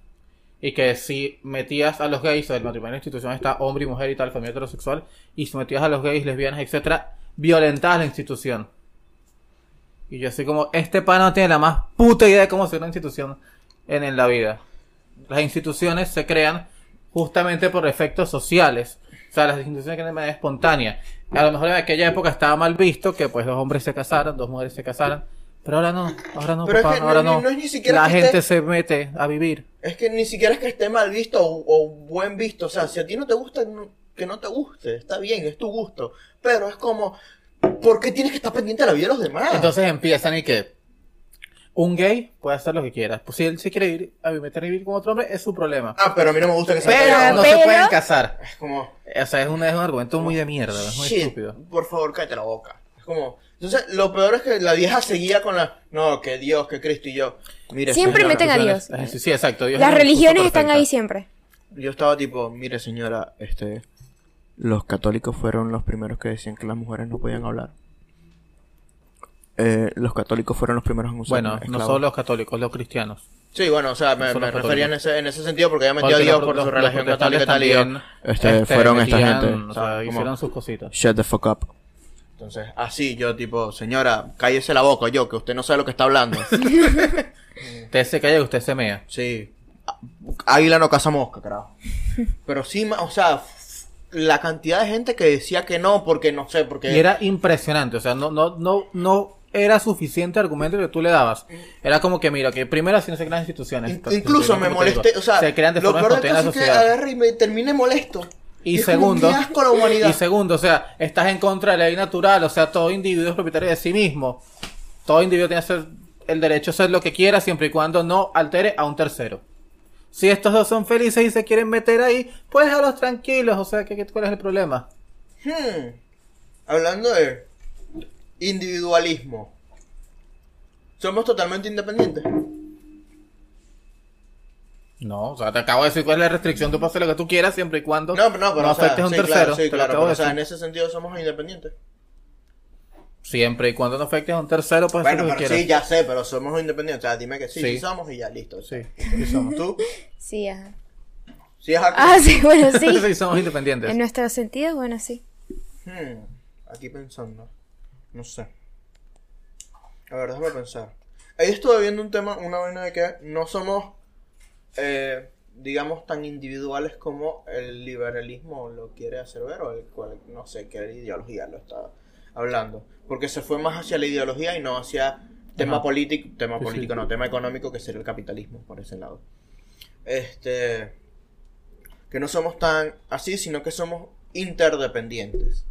Speaker 2: Y que si metías a los gays, el matrimonio en la institución está hombre y mujer y tal, familia heterosexual, y si metías a los gays, lesbianas, etcétera, violentabas la institución. Y yo así como, este pana no tiene la más puta idea de cómo ser una institución en, en la vida. Las instituciones se crean justamente por efectos sociales. O sea, las instituciones que de manera espontánea. A lo mejor en aquella época estaba mal visto que pues dos hombres se casaran, dos mujeres se casaran. Pero ahora no, ahora no,
Speaker 4: Pero es
Speaker 2: papá,
Speaker 4: que no-
Speaker 2: ahora
Speaker 4: no-
Speaker 2: no.
Speaker 4: no es ni siquiera
Speaker 2: la
Speaker 4: que
Speaker 2: gente
Speaker 4: esté-
Speaker 2: se mete a vivir.
Speaker 4: es que ni siquiera es que esté mal visto o, o buen visto, o sea, si a ti no te gusta, no- que no te guste, está bien, es tu gusto, pero es como, ¿por qué tienes que estar pendiente de la vida de los demás?
Speaker 2: Entonces empiezan y que un gay puede hacer lo que quiera. Pues si él se quiere ir a meter a vivir con otro hombre, es su problema.
Speaker 4: ah, pero a mí no me gusta que sea
Speaker 2: Pero no
Speaker 4: pegado.
Speaker 2: se
Speaker 3: Pero-
Speaker 2: pueden casar.
Speaker 4: Es como...
Speaker 2: O sea, es un, es un argumento muy de mierda, es muy
Speaker 4: Shit,
Speaker 2: estúpido.
Speaker 4: Por favor, cállate la boca. Es como. Entonces, lo peor es que la vieja seguía con la. No, que Dios, que Cristo y yo. Mire,
Speaker 3: Siempre
Speaker 4: señora.
Speaker 3: meten a Dios.
Speaker 2: Sí, sí, exacto. Dios
Speaker 3: Las
Speaker 2: es una
Speaker 3: religiones
Speaker 2: excusa
Speaker 3: están
Speaker 2: perfecta.
Speaker 3: ahí siempre.
Speaker 4: Yo estaba tipo, mire, señora, este. Los católicos fueron los primeros que decían que las mujeres no podían hablar. Eh, los católicos fueron los primeros en usar
Speaker 2: Bueno, no
Speaker 4: esclavos.
Speaker 2: solo los católicos, los cristianos.
Speaker 4: Sí, bueno, o sea, me,
Speaker 2: solo
Speaker 4: me
Speaker 2: los
Speaker 4: refería en ese, en ese sentido porque ella metió a
Speaker 2: Porque
Speaker 4: Dios
Speaker 2: los-
Speaker 4: por
Speaker 2: los-
Speaker 4: su
Speaker 2: los
Speaker 4: religión católica
Speaker 2: protestantes
Speaker 4: y tal y yo.
Speaker 2: también,
Speaker 4: Este, fueron esta
Speaker 2: metían,
Speaker 4: gente.
Speaker 2: O
Speaker 4: O sea,
Speaker 2: sea,
Speaker 4: como-
Speaker 2: hicieron sus cositas.
Speaker 4: Shut the fuck up. Entonces, así yo tipo, señora, cállese la boca yo, que usted no sabe lo que está hablando.
Speaker 2: Usted se calla y usted se mea.
Speaker 4: Sí. Á- Águila no caza mosca, carajo. Pero sí, ma- o sea, f- la cantidad de gente que decía que no, porque no sé, porque...
Speaker 2: Y era impresionante, o sea, no, no, no, no era suficiente argumento que tú le dabas. Era como que, mira, que primero así no se crean instituciones.
Speaker 4: In-
Speaker 2: Entonces,
Speaker 4: incluso me
Speaker 2: como te digo,
Speaker 4: molesté, o sea,
Speaker 2: se crean de
Speaker 4: lo
Speaker 2: forma
Speaker 4: peor del
Speaker 2: espontánea en
Speaker 4: caso
Speaker 2: la
Speaker 4: es que
Speaker 2: sociedad.
Speaker 4: agarré y me terminé molesto.
Speaker 2: Y
Speaker 4: es como,
Speaker 2: segundo,
Speaker 4: "Qué asco la humanidad.
Speaker 2: y segundo, o sea, estás en contra de la ley natural, o sea, todo individuo es propietario de sí mismo. Todo individuo tiene que ser- el derecho a hacer lo que quiera siempre y cuando no altere a un tercero. Si estos dos son felices y se quieren meter ahí, pues déjalos tranquilos, o sea, ¿qué, qué- cuál es el problema?
Speaker 4: Hmm. Hablando de individualismo. Somos totalmente independientes.
Speaker 2: No, o sea, te acabo de decir cuál es la restricción. Tú puedes hacer lo que tú quieras siempre y cuando
Speaker 4: No, pero no, pero o sea,
Speaker 2: afectes a un
Speaker 4: sí,
Speaker 2: tercero.
Speaker 4: claro, sí,
Speaker 2: Te lo
Speaker 4: claro,
Speaker 2: acabo
Speaker 4: pero,
Speaker 2: de
Speaker 4: o sea, en
Speaker 2: decir.
Speaker 4: ese sentido somos independientes.
Speaker 2: Siempre y cuando no afectes a un tercero, puedes
Speaker 4: Bueno,
Speaker 2: hacer lo
Speaker 4: pero
Speaker 2: que
Speaker 4: sí,
Speaker 2: quieras.
Speaker 4: ya sé, pero somos independientes. O sea, dime que sí,
Speaker 2: Sí.
Speaker 4: sí somos y ya, listo.
Speaker 2: Sí,
Speaker 4: somos. ¿Tú?
Speaker 3: Sí, ajá.
Speaker 4: Sí, ajá.
Speaker 3: Ah, sí, bueno, sí.
Speaker 2: Sí, somos independientes.
Speaker 3: En nuestros sentidos, bueno, sí.
Speaker 4: Hmm, aquí pensando. No sé. A ver, déjame pensar. Ahí estuve viendo un tema, una vaina de que no somos, eh, digamos, tan individuales como el liberalismo lo quiere hacer ver, o el cual, no sé qué ideología lo está hablando. Porque se fue más hacia la ideología y no hacia tema
Speaker 2: Ajá.
Speaker 4: político, tema
Speaker 2: Sí, sí.
Speaker 4: político, no, tema económico, que sería el capitalismo, por ese lado. Este. Que no somos tan así, sino que somos interdependientes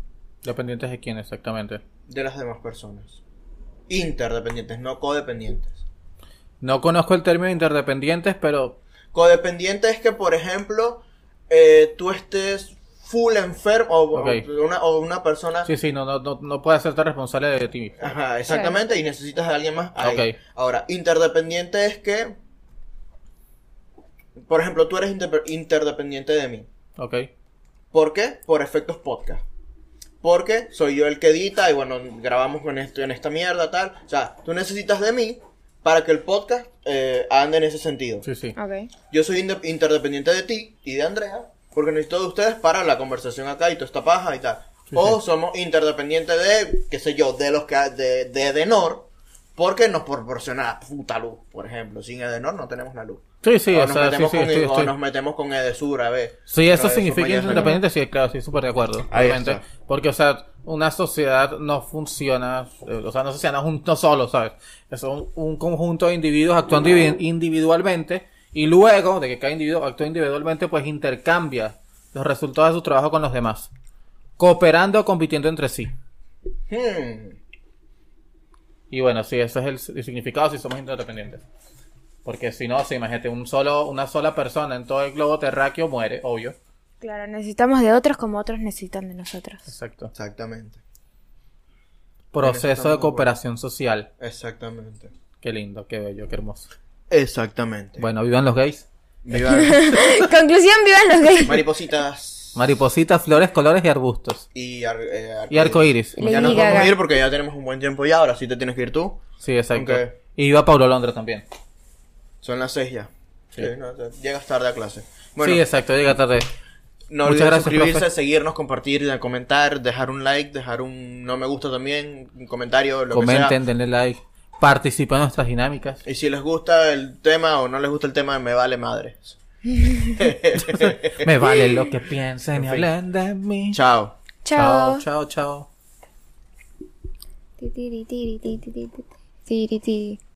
Speaker 2: Dependientes de quién exactamente.
Speaker 4: de las demás personas. Interdependientes, no codependientes.
Speaker 2: No conozco el término interdependientes, pero
Speaker 4: Codependiente es que, por ejemplo, eh, tú estés full enfermo o, o
Speaker 2: Ok.
Speaker 4: una, o una persona...
Speaker 2: sí, sí, no, no, no, no puedes hacerte responsable de ti mismo.
Speaker 4: Ajá, exactamente, y necesitas a alguien más. ahí.
Speaker 2: Ok.
Speaker 4: Ahora, interdependiente es que... Por ejemplo, tú eres inter- interdependiente de mí.
Speaker 2: Ok,
Speaker 4: ¿Por qué? Por efectos podcast. Porque soy yo el que edita y bueno, grabamos con esto en esta mierda, tal. O sea, tú necesitas de mí para que el podcast eh, ande en ese sentido.
Speaker 2: sí, sí.
Speaker 3: Ok.
Speaker 4: Yo soy inde- interdependiente de ti y de Andrea, porque necesito de ustedes para la conversación acá y toda esta paja y tal.
Speaker 2: Sí,
Speaker 4: o
Speaker 2: sí.
Speaker 4: somos interdependientes de, qué sé yo, de los que ha- de, de Edenor, porque nos proporciona puta luz, por ejemplo. Sin Edenor no tenemos la luz.
Speaker 2: Sí, sí,
Speaker 4: o,
Speaker 2: o
Speaker 4: nos
Speaker 2: sea, sí,
Speaker 4: metemos
Speaker 2: sí,
Speaker 4: con,
Speaker 2: estoy,
Speaker 4: o
Speaker 2: estoy-
Speaker 4: nos metemos con Edesur a ver.
Speaker 2: Sí, eso
Speaker 4: Pero
Speaker 2: significa
Speaker 4: mañana-
Speaker 2: independiente, sí, claro, sí, súper de acuerdo.
Speaker 4: Ahí
Speaker 2: obviamente.
Speaker 4: está.
Speaker 2: Porque, o sea, una sociedad no funciona, eh, o sea, no funciona junto solo, ¿sabes? Son un conjunto de individuos actuando indivi- individualmente y luego de que cada individuo actúa individualmente, pues intercambia los resultados de su trabajo con los demás, cooperando o compitiendo entre sí.
Speaker 4: Hmm.
Speaker 2: Y bueno, sí, ese es el, el significado si somos interdependientes. Porque si no, sí, imagínate, un solo, una sola persona en todo el globo terráqueo muere, obvio.
Speaker 3: Claro, necesitamos de otros como otros necesitan de nosotros.
Speaker 2: Exacto.
Speaker 4: Exactamente.
Speaker 2: Proceso de cooperación social.
Speaker 4: Exactamente.
Speaker 2: Qué lindo, qué bello, qué hermoso.
Speaker 4: Exactamente.
Speaker 2: Bueno, vivan los gays.
Speaker 4: Viva-
Speaker 3: Conclusión, vivan los gays.
Speaker 4: Maripositas
Speaker 2: Maripositas, flores, colores y arbustos.
Speaker 4: y, ar eh,
Speaker 2: Y arcoiris.
Speaker 3: Le-
Speaker 4: Ya nos
Speaker 3: Lady Gaga.
Speaker 4: vamos a ir porque ya tenemos un buen tiempo ya. Ahora sí te tienes que ir tú.
Speaker 2: Sí, exacto.
Speaker 4: Ok.
Speaker 2: Y viva Pablo Londra también.
Speaker 4: Son las seis ya.
Speaker 2: Sí.
Speaker 4: Sí, no, te- llegas tarde a clase. Bueno,
Speaker 2: sí, exacto, llega tarde.
Speaker 4: no
Speaker 2: muchas
Speaker 4: olviden
Speaker 2: gracias,
Speaker 4: suscribirse,
Speaker 2: profe.
Speaker 4: seguirnos, compartir, de- comentar, dejar un like, dejar un no me gusta también, un comentario, lo que
Speaker 2: Comenten,
Speaker 4: sea.
Speaker 2: denle like. Participen en nuestras dinámicas.
Speaker 4: Y si les gusta el tema o no les gusta el tema, me vale madre.
Speaker 2: Me vale lo que piensen y
Speaker 4: En fin.
Speaker 2: hablen de mí.
Speaker 4: Chao.
Speaker 3: Chao.
Speaker 2: chao, chao.
Speaker 3: Ti, ti, ti, ti, ti, ti, ti, ti, ti, ti, ti.